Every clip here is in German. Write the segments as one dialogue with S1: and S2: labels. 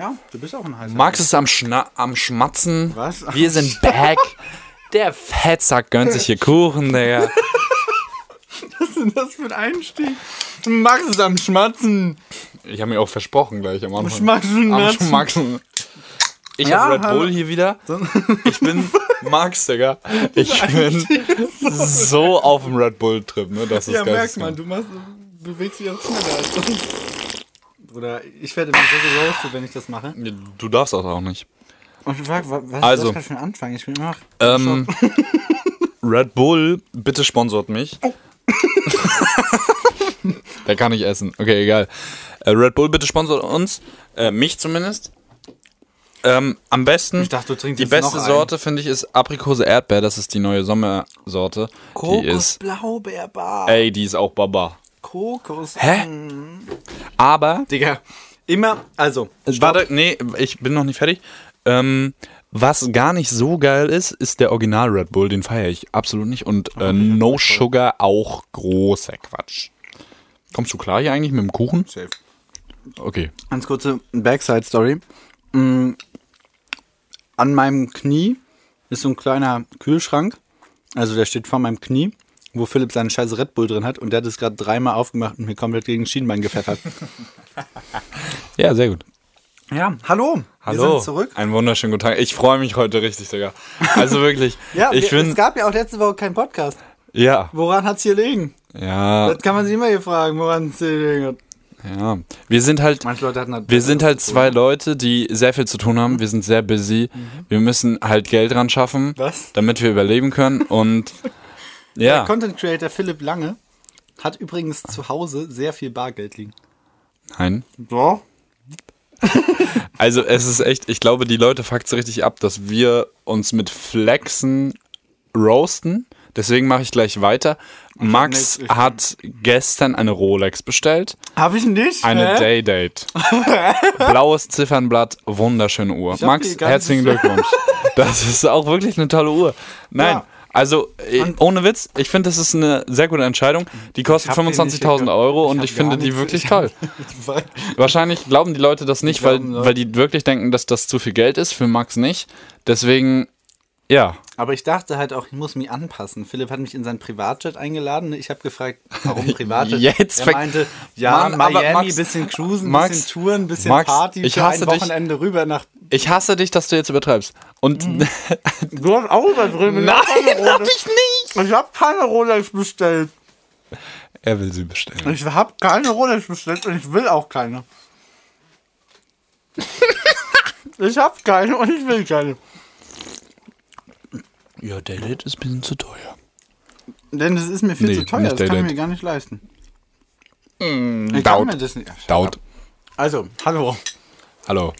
S1: Ja, du bist auch ein heißer.
S2: Max ist am, Schna am Schmatzen.
S1: Was?
S2: Wir sind back. Der Fettsack gönnt sich hier Kuchen, Digga.
S1: Was ist denn das für ein Einstieg? Max ist am Schmatzen.
S2: Ich habe mir auch versprochen gleich am Anfang.
S1: Schmatzen,
S2: Am
S1: Schmatzen.
S2: Schmatzen. Ich
S1: Ja,
S2: hab Red
S1: hallo.
S2: Bull hier wieder. Ich bin Max, Digga. Ich bin so auf dem Red Bull-Trip, ne? Das ist
S1: Ja,
S2: geil.
S1: merkt man, du machst, du bewegst dich auch schneller als sonst. Bruder, ich werde mich so geroastet, wenn ich das mache.
S2: Du darfst das auch nicht.
S1: Und frag, wa- was
S2: Also.
S1: ist das für ein Anfang? Ich bin immer noch.
S2: Ähm, Red Bull, bitte sponsort mich. Der kann nicht essen. Okay, egal. Äh, Red Bull, bitte sponsort uns. Äh, mich zumindest. Ähm, am besten.
S1: Ich dachte, du trinkst
S2: Die
S1: jetzt
S2: beste
S1: noch einen.
S2: Sorte, finde ich, ist Aprikose Erdbeer. Das ist die neue Sommersorte. Die ist.
S1: Kokosblaubeerbar.
S2: Ey, die ist auch Baba.
S1: Kokos.
S2: Hä? Aber.
S1: Digga. Immer, also.
S2: Äh, Warte, nee, ich bin noch nicht fertig. Ähm, was gar nicht so geil ist, ist der Original Red Bull. Den feiere ich absolut nicht. Und äh, No Sugar auch großer Quatsch. Kommst du klar hier eigentlich mit dem Kuchen?
S1: Safe.
S2: Okay.
S1: Ganz kurze Backside-Story. Mm, An meinem Knie ist so ein kleiner Kühlschrank. Also der steht vor meinem Knie, wo Philipp seine scheiße Red Bull drin hat. Und der hat es gerade dreimal aufgemacht und mir komplett gegen das Schienbein gepfeffert.
S2: Ja, sehr gut.
S1: ja, hallo. Wir sind zurück.
S2: Einen wunderschönen guten Tag. Ich freue mich heute richtig, Digga. Also wirklich.
S1: Ja,
S2: ich
S1: wir, es
S2: bin.
S1: gab ja auch letzte Woche keinen Podcast.
S2: Ja,
S1: Woran hat es hier liegen?
S2: ja,
S1: Das kann man sich immer hier fragen, woran es hier liegen hat.
S2: ja. Wir sind halt.
S1: Manche Leute hatten halt
S2: Wir sind halt zwei Leute, die sehr viel zu tun haben. Wir sind sehr busy. Wir müssen halt Geld ran schaffen,
S1: Was?
S2: damit wir überleben können. Und ja,
S1: Content Creator Philipp Lange hat übrigens zu Hause sehr viel Bargeld liegen.
S2: nein.
S1: Doch.
S2: Also es ist echt, ich glaube, die Leute fuckt richtig ab, dass wir uns mit Flexen roasten. Deswegen mache ich gleich weiter. Max
S1: nächstes-
S2: hat gestern eine Rolex bestellt.
S1: Hab ich nicht?
S2: Eine
S1: hä?
S2: Day-Date. Blaues Ziffernblatt, wunderschöne Uhr.
S1: hab
S2: Max,
S1: die ganze
S2: herzlichen Glückwunsch. Das ist auch wirklich eine tolle Uhr. Nein,
S1: Ja.
S2: also eh, ohne Witz, ich finde, das ist eine sehr gute Entscheidung. Die kostet
S1: hab die nicht
S2: 25.000
S1: gekauft.
S2: Euro
S1: Ich
S2: und
S1: hab
S2: ich
S1: gar
S2: finde die
S1: nichts-
S2: wirklich
S1: ich hab-
S2: toll. Wahrscheinlich glauben die Leute das nicht, weil,
S1: glauben, Leute-
S2: weil die wirklich denken, dass das zu viel Geld ist, für Max nicht. Deswegen, ja.
S1: Aber ich dachte halt auch, ich muss mich anpassen. Philipp hat mich in sein Privatjet eingeladen. Ich habe gefragt, warum Privatjet?
S2: Jetzt
S1: er
S2: fäng-
S1: meinte, ja,
S2: Mann, aber
S1: Miami,
S2: Max-
S1: bisschen cruisen,
S2: Max,
S1: bisschen touren, bisschen
S2: Max,
S1: Party,
S2: ich
S1: für
S2: hasse
S1: ein
S2: dich.
S1: Wochenende rüber nach...
S2: Ich hasse dich, dass du jetzt übertreibst. Und
S1: Mhm. Du hast auch was drin.
S2: nein, hab ich nicht.
S1: Ich habe keine Rolex bestellt.
S2: Er will sie bestellen.
S1: Ich habe keine Rolex bestellt und ich will auch keine. ich habe keine und ich will keine.
S2: Ja, Dated ist ein bisschen zu teuer.
S1: Denn es ist mir viel
S2: Nee,
S1: zu teuer,
S2: nicht
S1: das kann ich
S2: Daylight.
S1: mir gar nicht leisten. Mhm.
S2: Mm,
S1: ich kann
S2: Daut.
S1: mir das nicht.
S2: Daut.
S1: Also, hallo.
S2: Hallo.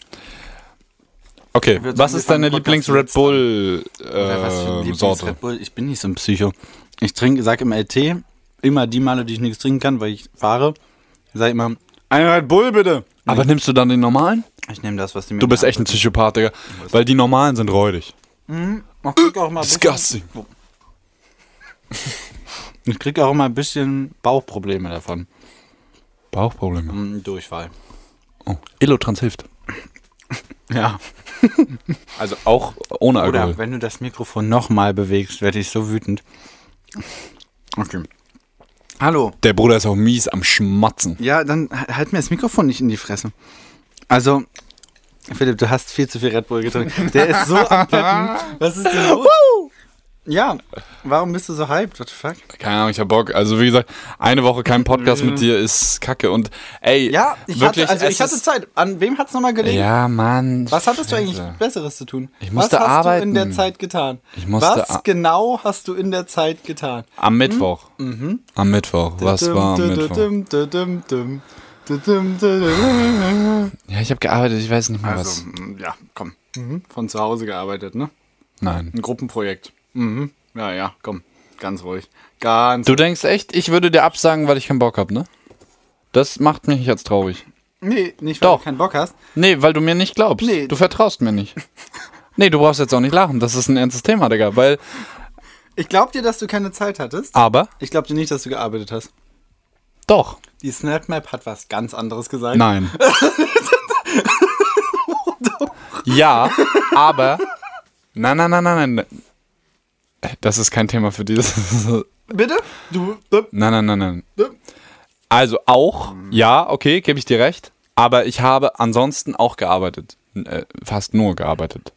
S2: Okay,
S1: würd
S2: was
S1: sagen,
S2: ist
S1: wir fangen
S2: deine
S1: den Podcast
S2: Lieblings-Red
S1: jetzt
S2: Bull-Sorte? Äh, Sorte?
S1: Red Bull? Ich bin nicht so ein Psycho. Ich trinke, sag im LT, immer die Male, die ich nichts trinken kann, weil ich fahre, sag immer, ein Red Bull bitte.
S2: Aber nimmst du dann den normalen?
S1: Ich nehme das, was die mir
S2: Du bist echt ein Psychopath, Digga. Weil die normalen sind räudig.
S1: Ich krieg auch mal ein bisschen,
S2: Disgusting.
S1: ich krieg auch mal ein bisschen Bauchprobleme davon.
S2: Bauchprobleme.
S1: Hm, Durchfall.
S2: Oh. Illotrans hilft.
S1: Ja.
S2: Also auch ohne
S1: Oder
S2: Alkohol.
S1: wenn du das Mikrofon nochmal bewegst, werde ich so wütend. Okay. Hallo.
S2: Der Bruder ist auch mies am Schmatzen.
S1: Ja, dann h- halt mir das Mikrofon nicht in die Fresse. Also, Philipp, du hast viel zu viel Red Bull getrunken. Der ist so am Peppen. Was ist denn los? Ja, warum bist du so hyped? What the fuck?
S2: Keine Ahnung, ich hab Bock. Also wie gesagt, eine Woche kein Podcast mit dir ist kacke. Und ey,
S1: Ja, ich
S2: wirklich,
S1: hatte, also
S2: es
S1: ich hatte
S2: ist-
S1: Zeit. An wem hat's nochmal gelegen?
S2: Ja, Mann.
S1: Was hattest du eigentlich
S2: Scheiße.
S1: Besseres zu tun?
S2: Ich musste
S1: Was hast du in
S2: arbeiten.
S1: der Zeit getan?
S2: Ich musste
S1: Was
S2: ar-
S1: genau hast du in der Zeit getan?
S2: Am Mittwoch.
S1: Mhm.
S2: Am Mittwoch. Was war am Mittwoch? Ja, ich habe gearbeitet, ich weiß nicht mal
S1: Also,
S2: was.
S1: mm, ja, komm. Mhm, Von zu Hause gearbeitet, ne?
S2: Nein.
S1: Ein Gruppenprojekt. Mhm. Ja, ja, komm. Ganz ruhig. Ganz.
S2: Du denkst echt, ich würde dir absagen, weil ich keinen Bock hab, ne? Das macht mich jetzt traurig.
S1: nee, nicht, weil
S2: Doch.
S1: du keinen Bock hast.
S2: Nee, weil du mir nicht glaubst.
S1: Nee.
S2: Du vertraust mir nicht. Nee, du brauchst jetzt auch nicht lachen. Das ist ein ernstes Thema, Digga. Weil,
S1: Ich glaub dir, dass du keine Zeit hattest.
S2: aber,
S1: Ich glaub dir nicht, dass du gearbeitet hast.
S2: doch.
S1: Die Snapmap hat was ganz anderes gesagt.
S2: Nein. Ja, aber. Nein, nein, nein, nein, nein. Äh, Das ist kein Thema für dieses.
S1: Bitte? Du.
S2: Nein, nein, nein, nein. Also auch, ja, okay, gebe ich dir recht. Aber ich habe ansonsten auch gearbeitet. Äh, Fast nur gearbeitet.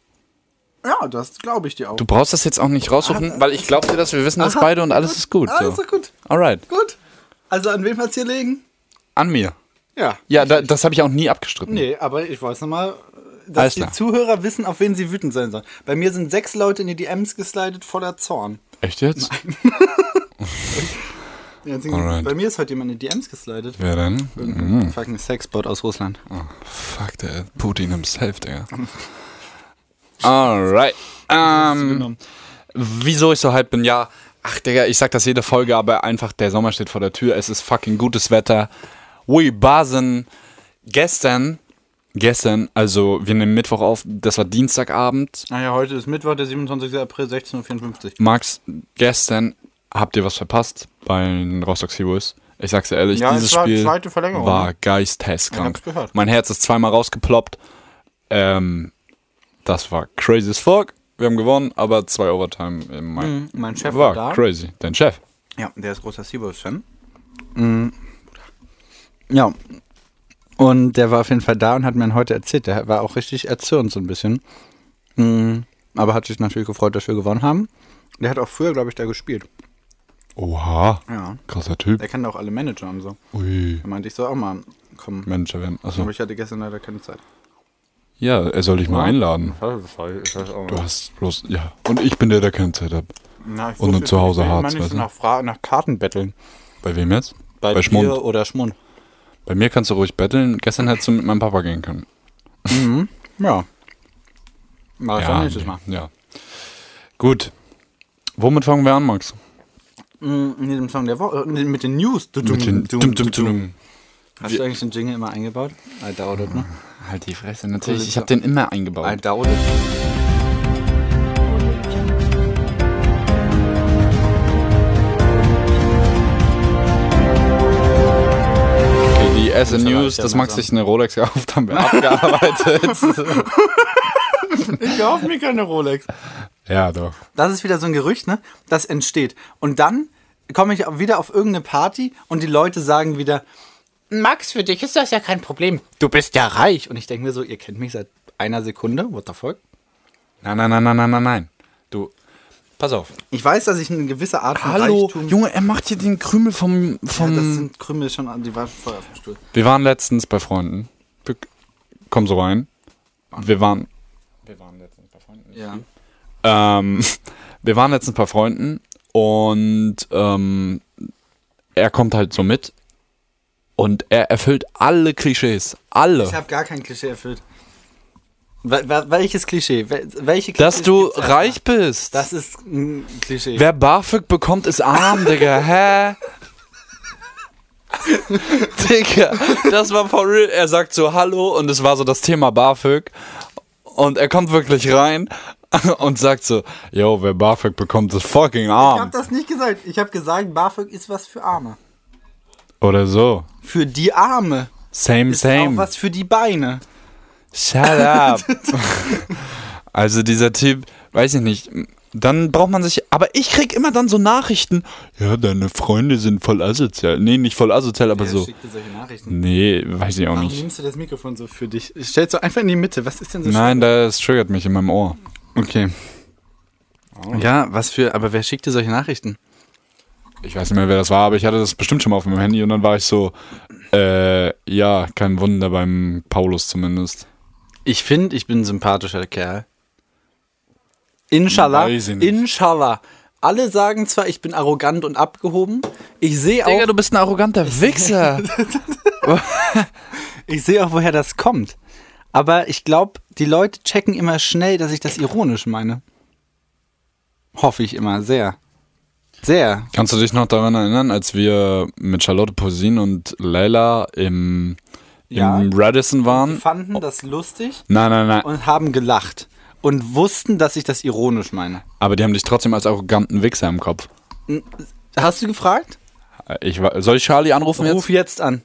S1: Ja, das glaube ich dir auch.
S2: Du brauchst das jetzt auch nicht raussuchen, weil ich glaube dir das, wir wissen das beide und Ah, alles ist gut.
S1: Ah, ist
S2: So.
S1: doch gut.
S2: Alright,
S1: Gut. Also an wem hat's hier liegen?
S2: an mir.
S1: Ja.
S2: Ja, da, das habe ich auch nie abgestritten.
S1: Nee, aber ich weiß nochmal, dass
S2: Alles
S1: die
S2: klar.
S1: Zuhörer wissen, auf wen sie wütend sein sollen. Bei mir sind sechs Leute in die DMs geslidet voller Zorn.
S2: Echt jetzt?
S1: Ja, deswegen-
S2: Alright. mhm.
S1: Bei mir ist heute jemand in die DMs geslidet.
S2: Wer denn?
S1: Ein Fucking Sexbot aus Russland.
S2: Fuck, der Putin himself, Digga. Alright.
S1: Mhm.
S2: Ähm, wieso ich so hyped bin, ja. Ach, Digga, ich sag das jede Folge, aber einfach, der Sommer steht vor der Tür. Es ist fucking gutes Wetter. We basen. Gestern, gestern, also wir nehmen Mittwoch auf, das war Dienstagabend.
S1: Naja, heute ist Mittwoch, der 27. April, 16.54 Uhr.
S2: Max, gestern habt ihr was verpasst bei den Rostock Seawolves. Ich sag's dir ehrlich,
S1: Ja, es
S2: dieses
S1: war
S2: Spiel
S1: zweite Verlängerung,
S2: war
S1: ne?
S2: geisteskrank.
S1: Ich hab's gehört.
S2: Mein Herz ist zweimal rausgeploppt. Ähm, das war crazy as fuck. Wir haben gewonnen, aber zwei Overtime im Mai.
S1: Mein Chef war,
S2: War
S1: da.
S2: crazy. Dein Chef.
S1: Ja, der ist großer Seabos-Fan. Ja. Und der war auf jeden Fall da und hat mir heute erzählt. Der war auch richtig erzürnt so ein bisschen. Mm, Aber hat sich natürlich gefreut, dass wir gewonnen haben. Der hat auch früher, glaube ich, da gespielt.
S2: Oha.
S1: Ja.
S2: Krasser Typ.
S1: Der kennt auch alle Manager und so.
S2: Ui.
S1: Da meinte ich, soll auch mal kommen.
S2: Manager werden.
S1: Aber
S2: Also,
S1: ich hatte gestern leider keine Zeit.
S2: ja, er soll dich mal einladen. Du hast bloß, ja. Und ich bin der, der kein Zeit hat.
S1: Na, ich
S2: Und dann zu Hause Harz,
S1: Ich will immer nicht
S2: weißt
S1: so
S2: du?
S1: nach, Fra nach Karten betteln.
S2: Bei wem jetzt?
S1: Bei,
S2: Bei Schmund.
S1: Bier oder Schmund.
S2: Bei mir kannst du ruhig betteln. Gestern hättest du mit meinem Papa gehen können.
S1: Ja. Mach ich dann nächstes
S2: nee,
S1: Mal.
S2: ja. Gut. Womit fangen wir an, Max?
S1: Mm, In diesem Song der Woche, äh, mit den News. Du,
S2: Mit den-
S1: du,
S2: dum,
S1: du,
S2: dum,
S1: du.
S2: dum.
S1: Hast du eigentlich den Jingle immer eingebaut? I doubt it, ne?
S2: Halt die Fresse, natürlich. Ich habe den immer
S1: I
S2: eingebaut.
S1: doubt it.
S2: Okay, die SN
S1: aber
S2: News,
S1: ich hab
S2: dass
S1: noch
S2: Max
S1: dran.
S2: sich eine Rolex gekauft haben, wir abgearbeitet.
S1: Ich kaufe mir keine Rolex.
S2: ja, doch.
S1: Das ist wieder so ein Gerücht, ne? Das entsteht. Und dann komme ich wieder auf irgendeine Party und die Leute sagen wieder, Max, für dich ist das ja kein Problem. Du bist ja reich. Und ich denke mir so, ihr kennt mich seit einer Sekunde. What the fuck?
S2: Nein, nein, nein, nein, nein, nein, nein. Du, pass auf.
S1: Ich weiß, dass ich eine gewisse Art von
S2: Hallo,
S1: Reichtum...
S2: Junge, er macht hier den Krümel vom...
S1: Ja,
S2: vom
S1: das sind Krümel schon an, die waren voll auf dem Stuhl.
S2: Wir waren letztens bei Freunden. Wir, komm so rein. Wir waren. Wir waren letztens bei Freunden.
S1: Ja.
S2: Ähm, wir waren letztens bei Freunden und ähm, er kommt halt so mit und er erfüllt alle Klischees. Alle.
S1: Ich habe gar kein Klischee erfüllt. Wel wel welches Klischee? Wel welche Klischees
S2: Dass du
S1: gibt's da?
S2: reich bist.
S1: Das ist ein Klischee.
S2: Wer BAföG bekommt, ist arm, Digga. Hä? Digga, das war for real. Er sagt so Hallo und es war so das Thema BAföG. Und er kommt wirklich rein und sagt so: Yo, wer BAföG bekommt, ist fucking
S1: Ich habe
S2: arm.
S1: das nicht gesagt. Ich habe gesagt, BAföG ist was für Arme.
S2: Oder so.
S1: Für die Arme.
S2: Same,
S1: Ist
S2: same.
S1: Auch was für die Beine.
S2: Shut up. also dieser Typ, weiß ich nicht. Dann braucht man sich, aber ich krieg immer dann so Nachrichten. Ja, deine Freunde sind voll asozial. Nee, nicht voll asozial, aber so.
S1: schickt dir solche Nachrichten.
S2: Nee, weiß ich auch
S1: Warum
S2: nicht.
S1: nimmst du das Mikrofon so für dich? Stellst du einfach in die Mitte. Was ist denn so
S2: Nein, das triggert mich in meinem Ohr.
S1: schlimm? Okay. Ja, was für. Aber wer schickt dir solche Nachrichten?
S2: Ich weiß nicht mehr, wer das war, aber ich hatte das bestimmt schon mal auf meinem Handy und dann war ich so, äh, ja, kein Wunder beim Paulus zumindest.
S1: Ich finde, ich bin ein sympathischer Kerl. Inshallah.
S2: Weiß ich nicht.
S1: Inshallah. Alle sagen zwar, ich bin arrogant und abgehoben. Ich sehe auch,
S2: du bist ein arroganter Wichser.
S1: ich sehe auch, woher das kommt. Aber ich glaube, die Leute checken immer schnell, dass ich das ironisch meine. Hoffe ich immer sehr. Sehr.
S2: Kannst du dich noch daran erinnern, als wir mit Charlotte Posin und Leila im, im
S1: Ja.
S2: Radisson waren?
S1: Fanden das lustig
S2: Nein, nein, nein.
S1: und haben gelacht und wussten, dass ich das ironisch meine.
S2: Aber die haben dich trotzdem als arroganten Wichser im Kopf. Äh,
S1: Hast du gefragt?
S2: Ich, wa- soll ich Charlie anrufen jetzt?
S1: Ruf jetzt an.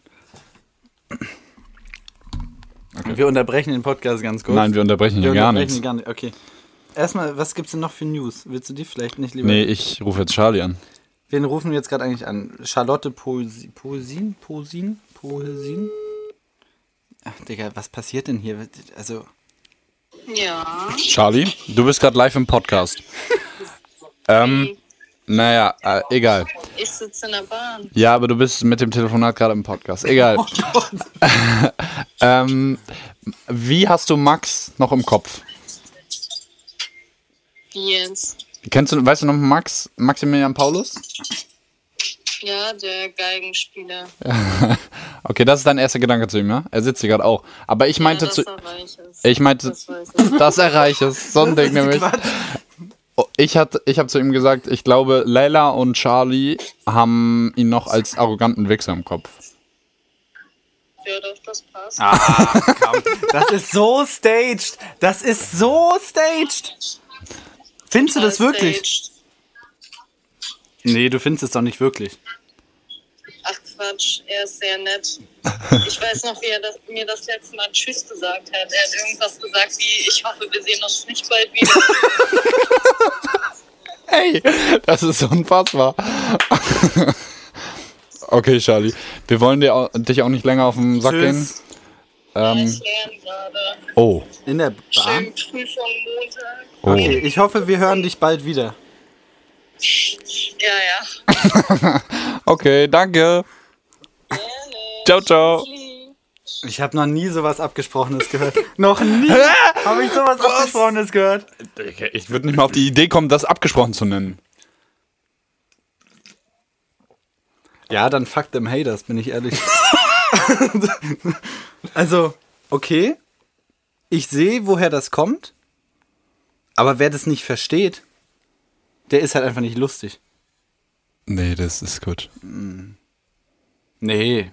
S1: Wir unterbrechen den Podcast ganz kurz.
S2: Nein, wir unterbrechen hier gar nichts.
S1: ihn gar nicht. Okay. Erstmal, was gibt's denn noch für News? Willst du die vielleicht nicht lieber?
S2: Nee, ich rufe jetzt Charlie an.
S1: Wen rufen wir jetzt gerade eigentlich an? Charlotte Poesin? Poesin? Poesin? Poesin? Ach, Digga, was passiert denn hier? Also,
S3: Ja.
S2: Charlie, du bist gerade live im Podcast. ähm, naja, äh, egal.
S3: Ich sitze in der Bahn.
S2: Ja, aber du bist mit dem Telefonat gerade im Podcast. Egal. ähm, wie hast du Max noch im Kopf?
S3: Wie jetzt?
S2: Kennst du, weißt du noch Max, Maximilian Paulus?
S3: Ja, der Geigenspieler.
S2: Okay, das ist dein erster Gedanke zu ihm, ja? Er sitzt hier gerade auch. Aber ich meinte
S3: ja,
S2: zu.
S3: das erreiche ich.
S2: Ich meinte,
S3: Das weiß ich.
S2: das erreiche es. So ein Ding nämlich. Oh, Ich, hat- ich habe zu ihm gesagt, ich glaube, Leila und Charlie haben ihn noch als arroganten Wichser im Kopf.
S3: Ja, doch, das passt.
S1: Ah. das ist so staged. Das ist so staged. Findest du das
S3: Voll
S1: wirklich?
S3: staged.
S1: Nee, du findest es doch nicht wirklich.
S3: Ach Quatsch, er ist sehr nett. Ich weiß noch, wie er das, mir das letzte Mal Tschüss gesagt hat. Er hat irgendwas gesagt wie, ich hoffe, wir sehen uns nicht bald wieder.
S2: Ey, das ist unfassbar. okay, Charlie, wir wollen dir au- dich auch nicht länger auf den Sack
S1: Tschüss.
S2: Ähm,
S3: Ich lerne gerade.
S2: gehen. Oh,
S1: In der Bahn.
S3: Schön Prüfung Montag.
S2: oh.
S1: Okay, ich hoffe, wir hören dich bald wieder.
S3: Ja, ja.
S2: okay, danke. Ciao, ciao.
S1: Ich habe noch nie sowas Abgesprochenes gehört. noch nie habe ich sowas Abgesprochenes gehört.
S2: Ich würde nicht mal auf die Idee kommen, das abgesprochen zu nennen.
S1: Ja, dann fuck them haters, bin ich ehrlich. also, okay. Ich sehe, woher das kommt. Aber wer das nicht versteht, der ist halt einfach nicht lustig.
S2: Nee, das ist gut.
S1: Nee.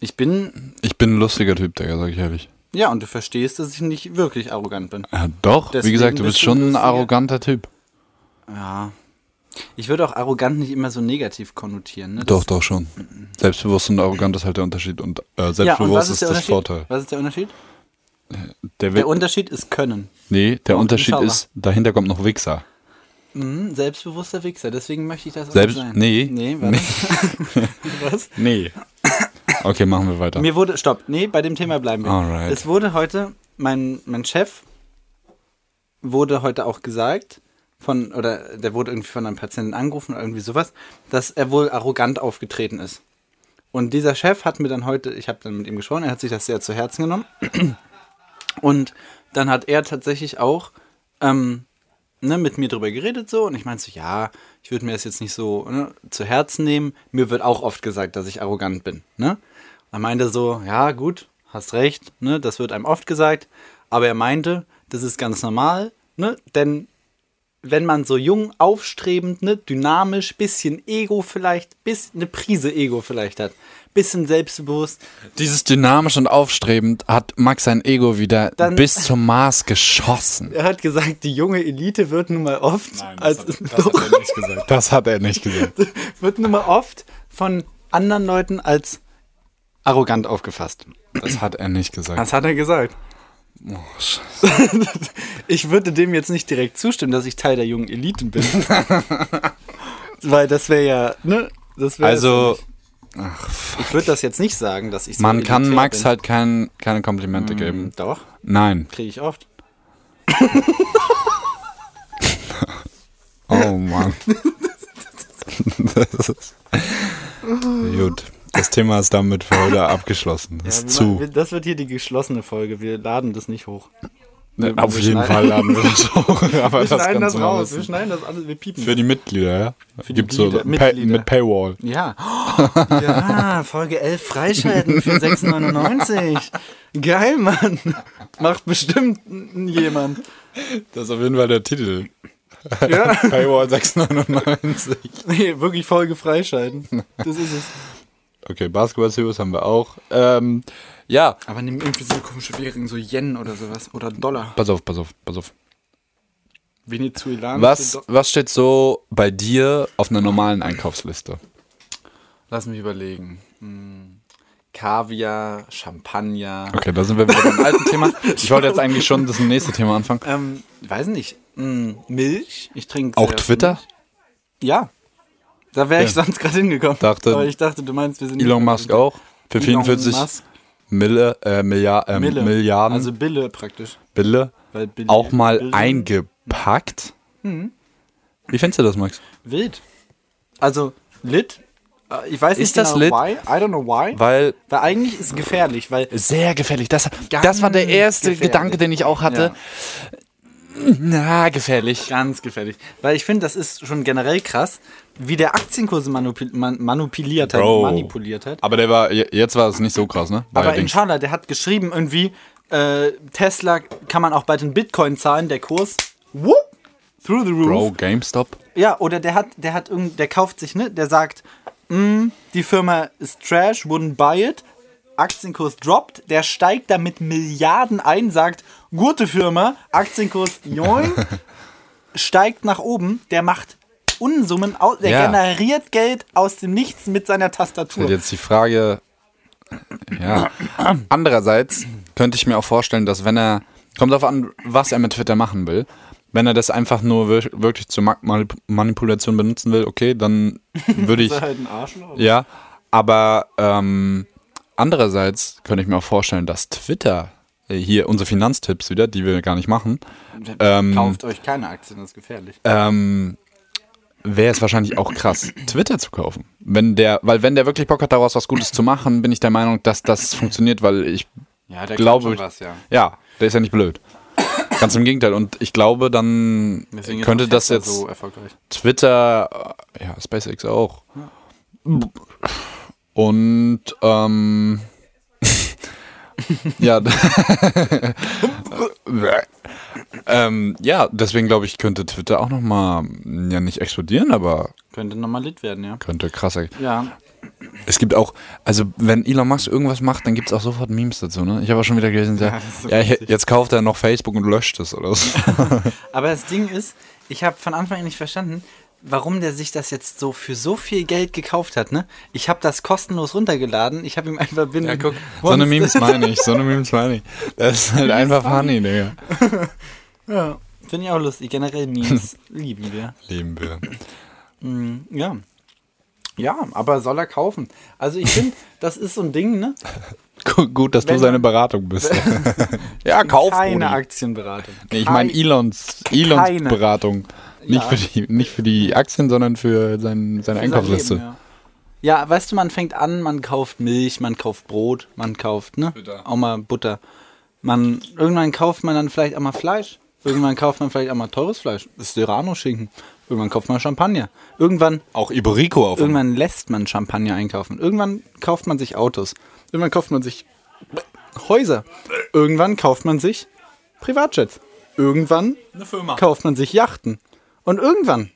S1: Ich bin.
S2: Ich bin ein lustiger Typ, Digga, sag ich ehrlich.
S1: Ja, und du verstehst, dass ich nicht wirklich arrogant bin.
S2: Ja, doch, wie
S1: Deswegen
S2: gesagt, du
S1: bist
S2: bist
S1: du
S2: schon ein
S1: lustiger.
S2: arroganter Typ.
S1: Ich würde auch arrogant nicht immer so negativ konnotieren. Ne? Das-
S2: Doch, doch schon. Selbstbewusst und arrogant ist halt der Unterschied. Und äh,
S1: Ja, und
S2: selbstbewusst
S1: was
S2: ist,
S1: ist der
S2: das
S1: Unterschied?
S2: Vorteil.
S1: Was ist der Unterschied?
S2: Der, Wi-
S1: Der Unterschied ist Können.
S2: nee, der
S1: und
S2: Unterschied
S1: Schauer.
S2: ist, dahinter kommt noch Wichser.
S1: Hm, selbstbewusster Wichser, deswegen möchte ich das auch
S2: Selbst,
S1: sein.
S2: nee,
S1: Nee, warte. Was?
S2: Nee. Okay, machen wir weiter.
S1: Mir wurde, stopp, nee, bei dem Thema bleiben wir.
S2: Alright.
S1: Es wurde heute, mein, mein Chef wurde heute auch gesagt, von, oder der wurde irgendwie von einem Patienten angerufen oder irgendwie sowas, dass er wohl arrogant aufgetreten ist. Und dieser Chef hat mir dann heute, ich habe dann mit ihm gesprochen, er hat sich das sehr zu Herzen genommen. Und dann hat er tatsächlich auch ähm, ne, mit mir drüber geredet so und ich meinte so, ja, ich würde mir das jetzt nicht so ne, zu Herzen nehmen. Mir wird auch oft gesagt, dass ich arrogant bin. Ne? Er meinte so, ja gut, hast recht, ne, das wird einem oft gesagt, aber er meinte, das ist ganz normal, ne, denn wenn man so jung, aufstrebend, ne, dynamisch, bisschen Ego vielleicht, bis eine Prise Ego vielleicht hat, bisschen selbstbewusst,
S2: Dieses dynamisch und aufstrebend hat Max sein Ego wieder
S1: Dann-
S2: bis zum Mars geschossen.
S1: er hat gesagt, die junge Elite wird nun mal oft als Also, doch,
S2: er nicht gesagt. Das hat er nicht gesagt.
S1: wird nun mal oft von anderen Leuten als arrogant aufgefasst.
S2: Das hat er nicht gesagt.
S1: Das hat er gesagt. ich würde dem jetzt nicht direkt zustimmen, dass ich Teil der jungen Elite bin. Weil das wäre ja, ne? Das wär
S2: Also,
S1: ich würde das jetzt nicht sagen, dass ich so
S2: man kann
S1: elitär
S2: Max
S1: bin. Mhm.
S2: halt kein, keine Komplimente geben.
S1: Doch,
S2: Nein.
S1: kriege ich oft.
S2: Oh Mann. das ist, gut. Das Thema ist damit für heute abgeschlossen. Ist
S1: Ja, wir machen- wir-
S2: zu.
S1: Das wird hier die geschlossene Folge. Wir laden das nicht hoch.
S2: Ne, Auf
S1: wir
S2: jeden
S1: schneiden-
S2: Fall laden wir das hoch. Aber
S1: Wir schneiden das
S2: kannst du noch
S1: raus.
S2: wissen.
S1: Wir schneiden das alles. Wir piepen.
S2: Für die Mitglieder, ja?
S1: die
S2: Gibt's so
S1: Glieder-
S2: Pay
S1: Mitglieder.
S2: mit Paywall.
S1: Ja. ja, Folge 11 freischalten für 6,99. Geil, Mann. Macht bestimmt n- jemand.
S2: Das ist auf jeden Fall der Titel.
S1: Ja.
S2: Paywall 699.
S1: Nee, wirklich Folge freischalten. Das ist es.
S2: Okay, Basketball Heroes haben wir auch. Ähm, ja,
S1: Aber nimm irgendwie so komische Währung, so Yen oder sowas. Oder Dollar.
S2: pass auf, pass auf, pass auf.
S1: Venezuelaner.
S2: Was, was steht so bei dir auf einer normalen Einkaufsliste?
S1: Lass mich überlegen. Hm.
S4: Kaviar, Champagner.
S2: Okay, da sind wir wieder beim alten Thema. Ich wollte jetzt eigentlich schon das nächste Thema anfangen.
S1: Ähm, weiß nicht. Hm, Milch? Ich trinke.
S2: Auch
S1: sehr
S2: Twitter?
S1: viel- Ja. Da wäre ich sonst gerade hingekommen.
S2: Dachte-
S1: Aber ich dachte, du meinst, wir sind.
S2: Elon Musk auch. Für
S1: Elon
S2: 44
S1: Musk,
S2: Mille, äh, Milliard, äh,
S1: Bille.
S2: Milliarden
S1: Also Bille praktisch.
S2: Bille
S1: Weil Hm. Bille
S2: auch mal
S1: Bille-
S2: eingepackt. Wie findest du das, Max?
S1: Wild. Also lit. Äh, Ich weiß nicht
S2: das lit?
S1: why. I don't know why.
S2: Weil
S1: Weil eigentlich ist es gefährlich, weil
S2: sehr gefährlich. Das,
S1: Ganz
S2: das war der erste
S1: gefährlich.
S2: Gedanke, den ich auch hatte. Na, gefährlich.
S1: Ganz gefährlich. Weil ich finde, das ist schon generell krass, wie der Aktienkurs manipul man manipuliert hat.
S2: Bro.
S1: Manipuliert hat.
S2: Aber der war, je- jetzt war es nicht so krass, ne? War
S1: Aber
S2: ja
S1: in
S2: Dings.
S1: Charla, der hat geschrieben, irgendwie, äh, Tesla kann man auch bald in Bitcoin zahlen, der Kurs. Whoop, through the roof.
S2: Bro, GameStop.
S1: Ja, oder der hat, der hat irgend, der kauft sich, ne? Der sagt, "Mm, die Firma ist trash, wouldn't buy it. Aktienkurs droppt, der steigt damit Milliarden ein, sagt, gute Firma, Aktienkurs join, steigt nach oben, der macht Unsummen, aus, der
S2: Ja.
S1: generiert Geld aus dem Nichts mit seiner Tastatur.
S2: Jetzt die Frage. Ja. Andererseits könnte ich mir auch vorstellen, dass wenn er. Kommt darauf an, was er mit Twitter machen will. Wenn er das einfach nur wir- wirklich zur Ma- Manip- Manipulation benutzen will, okay, dann würde ich.
S1: halt ein Arschloch.
S2: Ja, aber ähm, andererseits könnte ich mir auch vorstellen, dass Twitter, äh, hier unsere Finanztipps wieder, die wir gar nicht machen,
S1: Kauft euch keine Aktien, das ist gefährlich.
S2: ähm, wäre es wahrscheinlich auch krass, Twitter zu kaufen. Wenn der, weil wenn der wirklich Bock hat, daraus was Gutes zu machen, bin ich der Meinung, dass das funktioniert, weil ich
S4: Ja, der
S2: glaube,
S4: kann schon was, ja.
S2: ja, der ist ja nicht blöd. Ganz im Gegenteil. Und ich glaube, dann
S4: Deswegen ist
S2: könnte
S4: auch
S2: das
S4: Tesla
S2: jetzt
S4: so erfolgreich.
S2: Twitter, äh, ja, SpaceX auch. Und ähm, ja, d- ähm, ja, deswegen glaube ich, könnte Twitter auch nochmal, ja nicht explodieren, aber
S1: Könnte nochmal lit werden, ja.
S2: könnte krasser.
S1: Ja,
S2: Es gibt auch, also wenn Elon Musk irgendwas macht, dann gibt es auch sofort Memes dazu, ne? Ich habe auch schon wieder gelesen, ja, ja, jetzt kauft er noch Facebook und löscht es oder so.
S1: aber das Ding ist, ich habe von Anfang an nicht verstanden, warum der sich das jetzt so für so viel Geld gekauft hat, ne? Ich habe das kostenlos runtergeladen, ich habe ihm einfach binnen.
S4: Ja, guck,
S2: So eine
S1: Once-
S2: Memes meine ich, so eine Memes meine ich. Das ist halt einfach funny, Digga.
S1: Ja, finde ich auch lustig. Generell Memes lieben wir.
S2: Leben wir.
S1: Ja. Ja, aber soll er kaufen? Also ich finde, das ist so ein Ding, ne?
S2: Gu- Gut, dass
S1: Wenn
S2: du seine
S1: man-
S2: Beratung bist. ja, kauf
S1: Keine
S2: Brudi.
S1: Aktienberatung.
S2: Nee, ich meine
S1: Kein-
S2: Elons, Elons
S1: Keine.
S2: Beratung. Nicht, für die, nicht für die Aktien, sondern für sein, seine
S1: sein
S2: Einkaufsliste.
S1: Leben, ja. ja, weißt du, man fängt an, man kauft Milch, man kauft Brot, man kauft, ne?
S2: Butter.
S1: Auch mal Butter. Man, irgendwann kauft man dann vielleicht auch mal Fleisch. Irgendwann kauft man vielleicht auch mal teures Fleisch. Das Serrano-Schinken. Irgendwann kauft man Champagner. Irgendwann,
S2: Auch Iberico auf
S1: irgendwann lässt man Champagner einkaufen. Irgendwann kauft man sich Autos. Irgendwann kauft man sich Häuser. Irgendwann kauft man sich Privatjets. Irgendwann
S2: eine Firma.
S1: kauft man sich Yachten. Und irgendwann,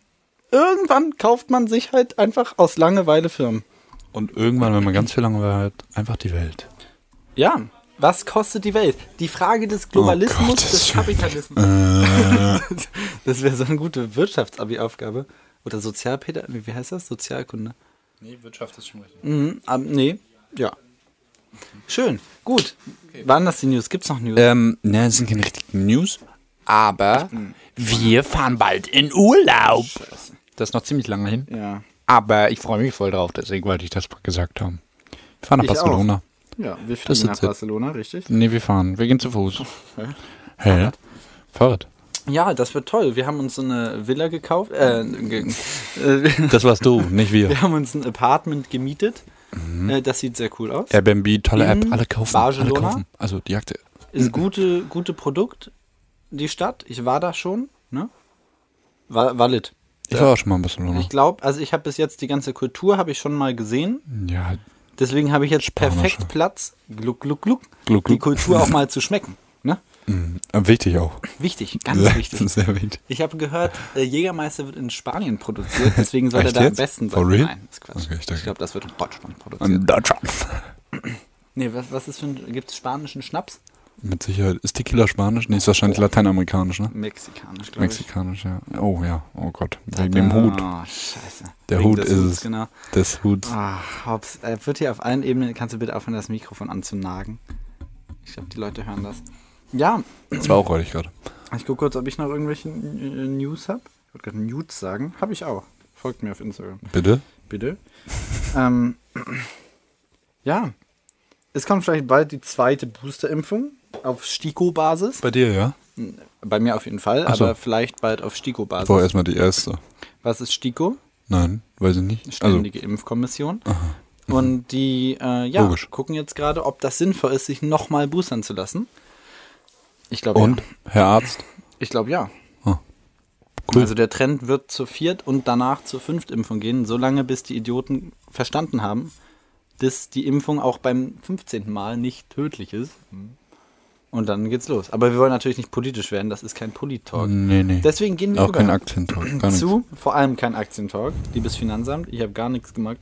S1: irgendwann kauft man sich halt einfach aus Langeweile Firmen.
S2: Und irgendwann, wenn man ganz viel lange war, einfach die Welt.
S1: Ja, was kostet die Welt? Die Frage des Globalismus,
S2: Oh Gott, das Äh.
S1: des
S2: ist-
S1: Kapitalismus. das wäre so eine gute Wirtschaftsabi-Aufgabe. Oder Sozialpäder, wie wie heißt das? Sozialkunde.
S2: Nee, Wirtschaft ist schon richtig.
S1: Mhm, ab- nee, ja. Schön, gut. Waren das die News? Gibt's noch News?
S2: Ähm, ne, das sind keine richtigen News, aber wir fahren bald in Urlaub. Das ist noch ziemlich lange hin.
S1: Ja.
S2: Aber ich freue mich voll drauf, deswegen wollte ich das gesagt haben. Wir fahren nach
S1: Ich auch.
S2: Barcelona.
S1: Ja, wir
S2: ist
S1: fliegen nach
S2: jetzt-
S1: Barcelona, richtig?
S2: Nee, wir fahren. Wir gehen zu Fuß. Hä? Fahrrad.
S1: Ja, das wird toll. Wir haben uns so eine Villa gekauft. Äh, ge äh,
S2: Das warst du, nicht
S1: Wir haben uns ein Apartment gemietet. Äh, Das sieht sehr cool aus.
S2: Airbnb, tolle
S1: In
S2: App. Alle kaufen. Alle
S1: Barcelona?
S2: kaufen. Also die Akte.
S1: Ist gute, gute Produkt, die Stadt. Ich war da schon, ne? War, war lit.
S2: Ich war auch schon mal in Barcelona.
S1: Ich glaube, also ich habe bis jetzt die ganze Kultur habe ich schon mal gesehen.
S2: Ja, halt.
S1: Deswegen habe ich jetzt perfekt Platz, gluck, gluck, gluck,
S2: Gluck,
S1: die
S2: gluck.
S1: Kultur auch mal zu schmecken. Ne?
S2: Äh, Wichtig auch.
S1: Wichtig, ganz wichtig.
S2: Sehr wichtig.
S1: Ich habe gehört, äh, Jägermeister wird in Spanien produziert, deswegen soll er
S2: Echt
S1: da am
S2: jetzt?
S1: besten sein.
S2: For real?
S1: Nein, ist Quatsch.
S2: Okay, ich dachte-
S1: ich glaube, das wird in Deutschland produziert.
S2: In Deutschland.
S1: Nee, was, was ist für ein. Gibt es spanischen Schnaps?
S2: Mit Sicherheit. Ist Tequila spanisch? Nee, ist wahrscheinlich lateinamerikanisch, ne?
S1: Mexikanisch, glaube ich.
S2: Mexikanisch, ja. Oh ja, oh Gott. Wegen dem Hut.
S1: Oh, scheiße.
S2: Der
S1: Wegen
S2: Hut
S1: des
S2: ist
S1: Huts,
S2: es.
S1: Genau.
S2: Des Huts.
S1: Ah, hops. Äh, wird hier auf allen Ebenen, kannst du bitte aufhören, das Mikrofon anzunagen? Ich glaube, die Leute hören das. Ja,
S2: Das war auch räudig gerade.
S1: ich gucke kurz, ob ich noch irgendwelche äh, News habe. Ich wollte gerade News sagen. Habe ich auch. Folgt mir auf Instagram.
S2: Bitte?
S1: Bitte. ähm, ja. Es kommt vielleicht bald die zweite Boosterimpfung auf Stiko-Basis.
S2: Bei dir, ja?
S1: Bei mir auf jeden Fall,
S2: Ach so.
S1: aber vielleicht bald auf
S2: Ich brauche
S1: Stiko-Basis.
S2: erstmal die erste.
S1: Was ist Stiko?
S2: Nein, weiß ich nicht. Also, Mhm.
S1: Ständige Impfkommission. Und die äh, ja,
S2: Logisch.
S1: gucken jetzt gerade, ob das sinnvoll ist, sich nochmal boostern zu lassen. Ich glaube
S2: Also, und?
S1: ja.
S2: Herr Arzt? Ah.
S1: Ich glaube ja.
S2: Cool.
S1: Also der Trend wird zur Viert- und danach zur Fünftimpfung gehen, solange bis die Idioten verstanden haben, dass die Impfung auch beim 15. Mal nicht tödlich ist. Und dann geht's los. Aber wir wollen natürlich nicht politisch werden, das ist kein Polit-Talk.
S2: Nee, nee.
S1: Deswegen gehen wir
S2: auch kein
S1: über
S2: Aktientalk. Hm, Gar nichts.
S1: zu, vor allem kein Aktientalk, liebes Finanzamt, ich habe gar nichts gemacht.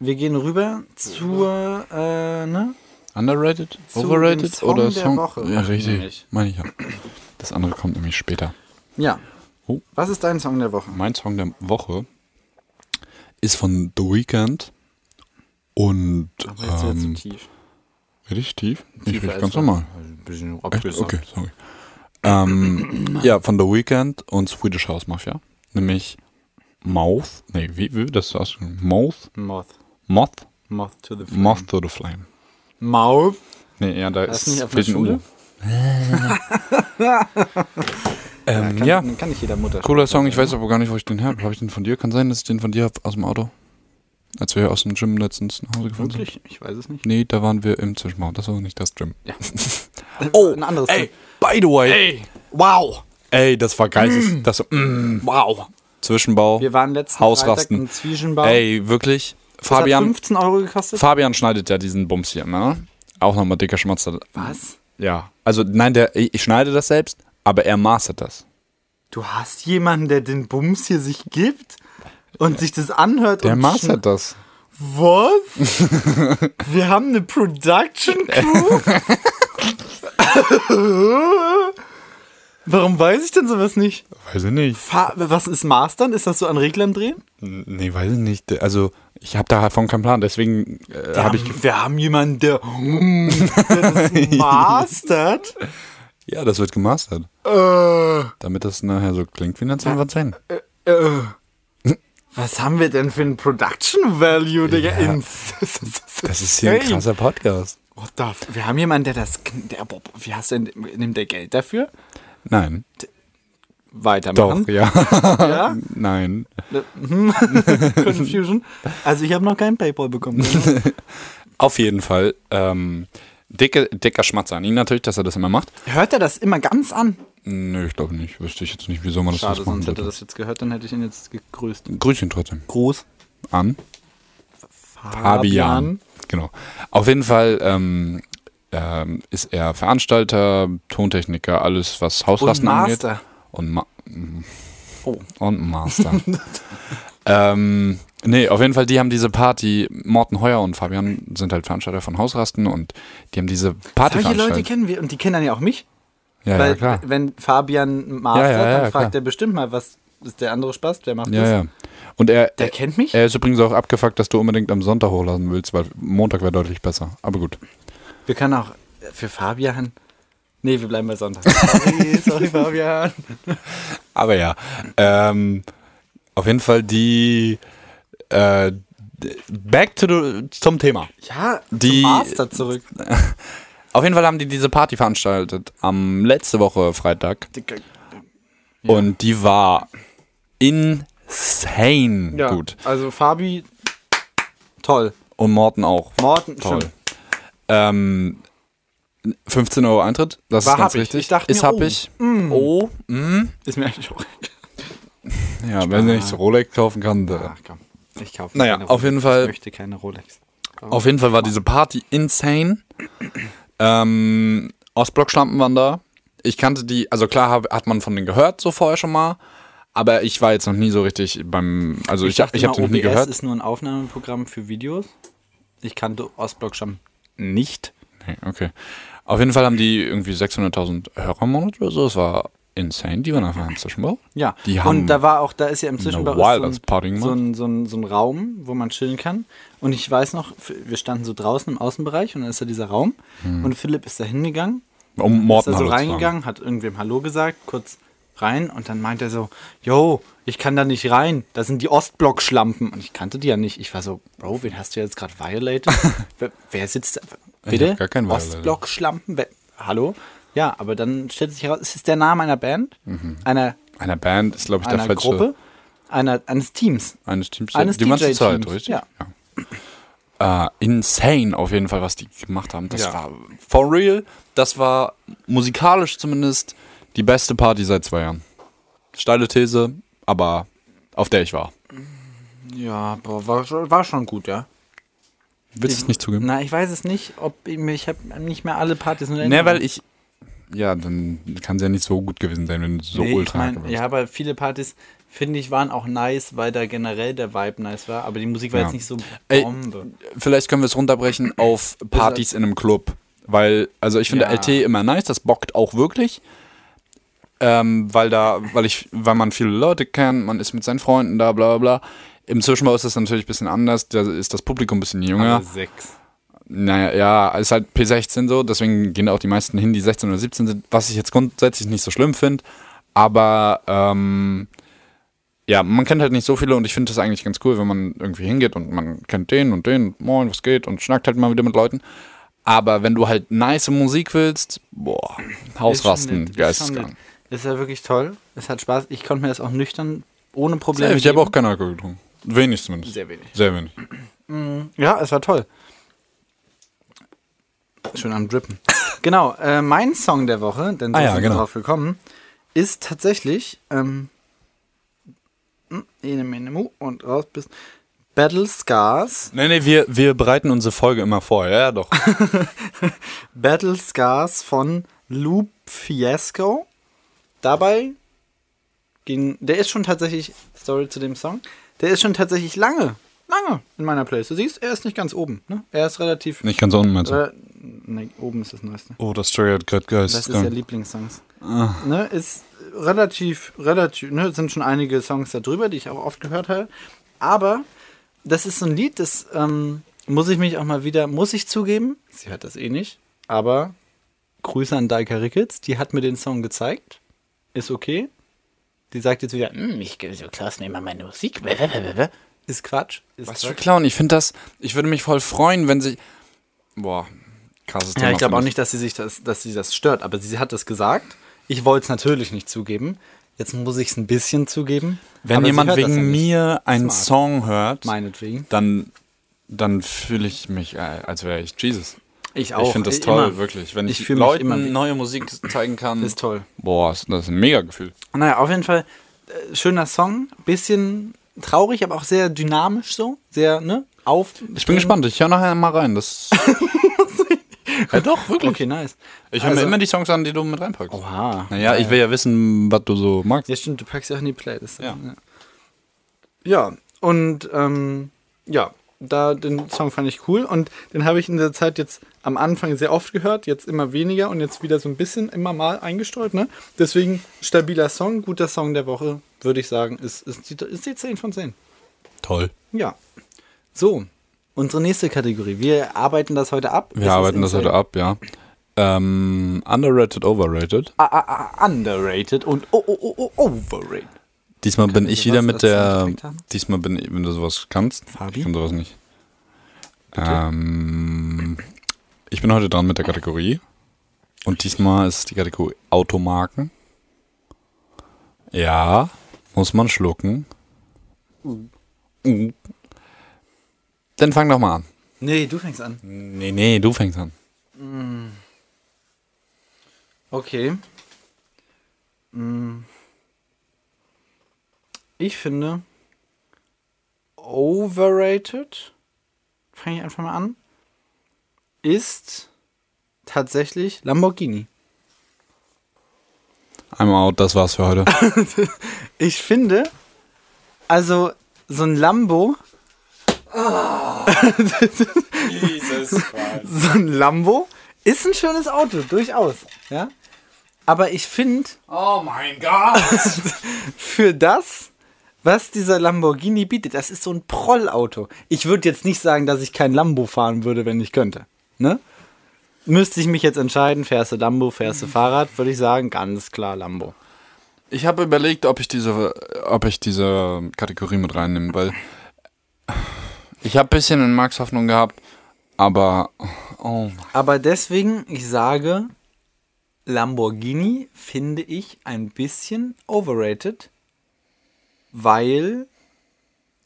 S1: Wir gehen rüber zur, äh, ne?
S2: Underrated?
S1: Zu dem
S2: Overrated?
S1: Song
S2: oder
S1: der
S2: Song?
S1: Woche.
S2: Ja, richtig.
S1: Nämlich.
S2: Meine ich ja. Das andere kommt nämlich später.
S1: Ja.
S2: Oh.
S1: Was ist dein Song der Woche?
S2: Mein Song der Woche ist von The Weeknd und
S1: Aber jetzt wird's zu
S2: ähm,
S1: tief.
S2: richtig tief. Ich
S1: Tiefer
S2: rede
S1: als
S2: ganz
S1: wir-
S2: normal.
S1: Ein bisschen
S2: Echt?
S1: abgesagt.
S2: Okay, sorry. ähm, ja, von The Weeknd und Swedish House Mafia. Nämlich Mouth. Nee, wie, wie wird das aus? Mouth?
S1: Moth.
S2: Moth?
S1: Moth to the flame.
S2: Moth to the Flame.
S1: Mouth.
S2: Nee, ja, da
S1: das
S2: ist
S1: nicht auf
S2: fehlt
S1: einer
S2: ein U.
S1: Schule?
S2: ähm,
S1: Kann,
S2: ja,
S1: kann nicht jeder Mutter.
S2: cooler Song. Ich weiß aber gar nicht, wo ich den her habe. Habe ich den von dir? Kann sein, dass ich den von dir habe aus dem Auto. Als wir aus dem Gym letztens nach Hause gefahren sind.
S1: Wirklich? Ich weiß es nicht.
S2: Nee, da waren wir im Zwischenbau. Das war nicht das Gym.
S1: Oh, ein anderes.
S2: Ey, by the way. Ey,
S1: Wow.
S2: ey das war geiles. Das, mm,
S1: Wow.
S2: Zwischenbau.
S1: Wir waren letzten
S2: Hausrasten.
S1: Freitag im Zwischenbau.
S2: Ey, wirklich.
S1: das hat
S2: Fabian,
S1: 15 Euro gekostet.
S2: Fabian schneidet ja diesen Bums hier, ne? Auch nochmal dicker Schmatzer.
S1: Was?
S2: Ja. Also, nein, der, ich ich schneide das selbst, aber er mastert das.
S1: Du hast jemanden, der den Bums hier sich gibt und sich das anhört
S2: Der
S1: und
S2: mastert das.
S1: Was? Wir haben eine Production Crew? Warum weiß ich denn sowas nicht?
S2: Weiß ich nicht.
S1: Fa was ist Mastern? Ist das so an Reglern drehen?
S2: Nee, weiß ich nicht. Also, ich habe davon keinen Plan. Deswegen äh, habe ich.
S1: haben, wir haben jemanden, der, der das mastert.
S2: Ja, das wird gemastert.
S1: Äh,
S2: Damit das nachher so klingt wie 1910.
S1: äh. Was haben wir denn für ein Production Value, Digga? Ins- Das ist,
S2: Das ist hier ein
S1: insane.
S2: krasser Podcast.
S1: What the f wir haben jemanden, der das. kn- Der, boah, wie hast du denn. Nimmt der Geld dafür?
S2: Nein.
S1: Weitermachen.
S2: ja.
S1: Ja?
S2: Nein.
S1: Confusion. Also, ich habe noch keinen Paypal bekommen. genau.
S2: Auf jeden Fall. Ähm, dicke, dicker Schmatzer an ihn natürlich, dass er das immer macht.
S1: Hört er das immer ganz an?
S2: Nö, ich glaube nicht. Wüsste ich jetzt nicht, wieso man das
S1: Schade,
S2: jetzt machen
S1: sonst hätte er
S2: sollte.
S1: das jetzt gehört, dann hätte ich ihn jetzt gegrüßt.
S2: Grüßchen trotzdem.
S1: Groß.
S2: An. Fabian. Genau. Auf jeden Fall ähm, ähm, ist er Veranstalter, Tontechniker, alles, was Hausrasten angeht.
S1: Master.
S2: Und Ma
S1: Oh.
S2: Und Master. ähm, nee, auf jeden Fall, die haben diese Party. Morten Heuer und Fabian sind halt Veranstalter von Hausrasten und die haben diese Party
S1: Solche Leute
S2: veranstaltet.
S1: kennen wir und die kennen dann ja auch mich.
S2: Ja,
S1: weil,
S2: ja, klar.
S1: wenn Fabian mastert,
S2: Ja, ja, ja,
S1: dann
S2: klar.
S1: fragt er bestimmt mal, was ist der andere Spaß, der macht
S2: Ja,
S1: das.
S2: ja. Und er,
S1: Der
S2: er,
S1: kennt mich?
S2: er ist übrigens auch abgefuckt, dass du unbedingt am Sonntag hochladen willst, weil Montag wäre deutlich besser. Aber gut.
S1: Wir können auch äh, für Fabian. Nee, wir bleiben bei Sonntag. Sorry, sorry Fabian.
S2: Aber ja, ähm, auf jeden Fall die. Äh, d- back to the, zum Thema.
S1: Ja, zum
S2: Die-
S1: Master zurück.
S2: Auf jeden Fall haben die diese Party veranstaltet am letzte Woche Freitag und die war insane
S1: Ja,
S2: gut
S1: Also Fabi, toll.
S2: und Morten auch.
S1: Morten,
S2: Toll.
S1: stimmt.
S2: Ähm, 15 Euro Eintritt, das
S1: War
S2: ist ganz
S1: happig.
S2: richtig.
S1: Ich dachte
S2: ist
S1: mir, oh,
S2: happig. Oh, mm.
S1: Ist mir eigentlich auch egal.
S2: ja, wenn ich so Rolex kaufen kann. da-
S1: Ach komm, ich kaufe
S2: Naja,
S1: keine
S2: auf jeden Fall-
S1: Ich möchte keine Rolex.
S2: Auf jeden Fall war diese Party insane. Ähm, Ostblock-Schlampen waren da. Ich kannte die, also klar hab, hat man von denen gehört, so vorher schon mal. Aber ich war jetzt noch nie so richtig beim, also ich, ich, ich
S1: immer,
S2: habe die noch nie
S1: OBS
S2: gehört.
S1: ist nur ein Aufnahmeprogramm für Videos. Ich kannte Ostblock schon nicht.
S2: Nee, okay. Auf jeden Fall haben die irgendwie 600.000 Hörer im Monat oder so. Das war insane. Die waren einfach im Zwischenbau.
S1: Ja,
S2: Die haben
S1: und da war auch, da ist ja im Zwischenbau
S2: eine wild
S1: so,
S2: ass Party
S1: ein,
S2: gemacht.
S1: so, ein, so, ein, so ein Raum, wo man chillen kann. Und ich weiß noch, f- wir standen so draußen im Außenbereich und dann ist da dieser Raum.
S2: Hm.
S1: Und Philipp ist da hingegangen,
S2: um
S1: ist
S2: Morten
S1: da so
S2: Hallo zu sagen.
S1: reingegangen, hat irgendwem Hallo gesagt, kurz rein und dann meint er so, yo, ich kann da nicht rein, da sind die Ostblock-Schlampen. Und ich kannte die ja nicht. Ich war so, Bro, wen hast du jetzt gerade violated? wer, wer sitzt da? Bitte?
S2: hab gar keinen violated.
S1: Ostblock-Schlampen? Wer- Hallo? Ja, aber dann stellt sich heraus, es ist der Name einer Band,
S2: Mhm.
S1: einer
S2: Einer Band ist, glaube ich, der
S1: einer
S2: falsche.
S1: Gruppe, einer, eines Teams.
S2: Eines Teams.
S1: Eines
S2: die ganze
S1: DJ-Teams,
S2: Zeit, richtig?
S1: ja.
S2: Äh, insane auf jeden Fall, was die gemacht haben. Das
S1: Ja.
S2: war for real. Das war musikalisch zumindest die beste Party seit zwei Jahren. Steile These, aber auf der ich war.
S1: Ja, boah, war, schon- war schon gut, ja.
S2: Willst du es nicht zugeben?
S1: Na, ich weiß es nicht, ob ich, mir- ich habe nicht mehr alle Partys. in
S2: Ne,
S1: Erinnerung.
S2: weil ich. Ja, dann kann es ja nicht so gut gewesen sein, wenn du so
S1: Nee,
S2: ultra
S1: ich
S2: hart
S1: mein,
S2: warst.
S1: Ja, aber viele Partys, finde ich, waren auch nice, weil da generell der Vibe nice war. Aber die Musik war
S2: Ja.
S1: jetzt nicht so
S2: Ey,
S1: Bombe.
S2: Vielleicht können wir es runterbrechen auf Partys in einem Club. Weil, also ich finde
S1: Ja.
S2: LT immer nice, das bockt auch wirklich. Ähm, weil da, weil ich, weil man viele Leute kennt, man ist mit seinen Freunden da, bla bla bla. Im Zwischenbau ist das natürlich ein bisschen anders, da ist das Publikum ein bisschen jünger.
S1: Aber Sechs.
S2: Naja, ja, ist halt P16 so, deswegen gehen da auch die meisten hin, die 16 oder 17 sind, was ich jetzt grundsätzlich nicht so schlimm finde. Aber ähm, ja, man kennt halt nicht so viele und ich finde das eigentlich ganz cool, wenn man irgendwie hingeht und man kennt den und den und moin, was geht und schnackt halt mal wieder mit Leuten. Aber wenn du halt nice Musik willst, boah, Hausrasten, Geistesgang.
S1: Ist ja wirklich toll. Es hat Spaß. Ich konnte mir das auch nüchtern ohne Probleme.
S2: Ich habe
S1: geben.
S2: auch keinen Alkohol getrunken. Wenig zumindest.
S1: Sehr wenig.
S2: Sehr wenig.
S1: Ja, es war toll. Schön am Drippen. genau, äh, mein Song der Woche, denn so
S2: Ah ja,
S1: sind
S2: genau.
S1: wir drauf gekommen, ist tatsächlich ähm, mm, Ene Mene Mu und raus bist Battle Scars.
S2: Nee, nee, wir, wir bereiten unsere Folge immer vor, ja, doch.
S1: Battle Scars von Loop Fiasco. Dabei ging, der ist schon tatsächlich, Story zu dem Song, der ist schon tatsächlich lange, lange in meiner Playlist. Du siehst, er ist nicht ganz oben. Ne? Er ist relativ,
S2: Nicht ganz unten, meinst du?
S1: äh, nee, oben ist das Neueste.
S2: Oh, das triggert gerade Geistesgang.
S1: Das ist ja Lieblingssongs.
S2: Ah.
S1: Ne, ist relativ, relativ, ne, sind schon einige Songs da drüber, die ich auch oft gehört habe. Aber das ist so ein Lied, das ähm, muss ich mich auch mal wieder, muss ich zugeben, sie hört das eh nicht, aber Grüße an Daika Ricketts, die hat mir den Song gezeigt. Ist okay. Die sagt jetzt wieder, "Hm, ich gebe so Klaus mir immer meine Musik. blablabla." Ist Quatsch. Ist
S2: Was
S1: Quatsch.
S2: für Clown? Ich finde das, ich würde mich voll freuen, wenn sie. Boah, krasses Thema.
S1: Ja, ich glaube auch
S2: finde
S1: nicht, dass sie sich das, dass sie das stört, aber sie hat das gesagt. Ich wollte es natürlich nicht zugeben. Jetzt muss ich es ein bisschen zugeben.
S2: Wenn
S1: Aber sie
S2: jemand
S1: hört das ja
S2: wegen
S1: nicht,
S2: mir einen
S1: Smart.
S2: Song hört,
S1: Meinetwegen.
S2: dann, dann fühle ich mich, äh, als wäre ich Jesus.
S1: Ich
S2: ich finde das toll, wirklich. Wenn
S1: Ich
S2: ich,
S1: fühl mich
S2: Leuten
S1: immer wie-
S2: neue Musik zeigen kann.
S1: Ist toll.
S2: Boah, ist- das ist ein mega Gefühl.
S1: Naja, auf jeden Fall äh, schöner Song. Bisschen traurig, aber auch sehr dynamisch so. Sehr, ne? Auf.
S2: Ich bin gespannt, ich höre nachher mal rein. Das ja, doch, wirklich.
S1: Okay, nice.
S2: Ich höre mir immer die Songs an, die du mit reinpackst.
S1: Also- Oha.
S2: Naja, ich will ja wissen, was du so magst.
S1: Ja, stimmt, du packst ja auch in die Playlist.
S2: Ja.
S1: Ja, und ähm, ja, da den Song fand ich cool und den habe ich in der Zeit jetzt am Anfang sehr oft gehört, jetzt immer weniger und jetzt wieder so ein bisschen immer mal eingestreut, ne? Deswegen stabiler Song, guter Song der Woche, würde ich sagen, ist, ist, die, ist die 10 von 10.
S2: Toll.
S1: Ja. So, unsere nächste Kategorie. Wir arbeiten das heute ab.
S2: Wir arbeiten das heute ab, ja. Ähm, underrated, overrated.
S1: ab. Underrated und oh, oh, oh, oh, overrated.
S2: Diesmal bin ich
S1: sowas
S2: wieder
S1: als
S2: mit der.
S1: Soundeffekt haben?
S2: Diesmal bin ich, wenn du sowas kannst.
S1: Fabi?
S2: Ich kann sowas nicht. Ähm, ich bin heute dran mit der Kategorie. Und diesmal ist die Kategorie Automarken. Ja, muss man schlucken. Uh. Dann fang doch mal an.
S1: Nee, du fängst an.
S2: Nee, nee, du fängst an.
S1: Okay. Mm. Ich finde, overrated, fange ich einfach mal an, ist tatsächlich Lamborghini.
S2: I'm out, das war's für heute.
S1: Ich finde, also so ein Lambo,
S2: Jesus Christ.
S1: so ein Lambo Ist ein schönes Auto, durchaus. Ja? Aber ich finde,
S2: Oh mein Gott!
S1: für das, was dieser Lamborghini bietet, das ist so ein Prollauto. Ich würde jetzt nicht sagen, dass ich kein Lambo fahren würde, wenn ich könnte. Ne? Müsste ich mich jetzt entscheiden, fährst du Lambo, fährst du Fahrrad, würde ich sagen, ganz klar Lambo.
S2: Ich habe überlegt, ob ich diese, ob ich diese Kategorie mit reinnehme, weil ich habe ein bisschen in Max Hoffnung gehabt, aber oh mein
S1: Aber deswegen, ich sage, Lamborghini finde ich ein bisschen overrated, weil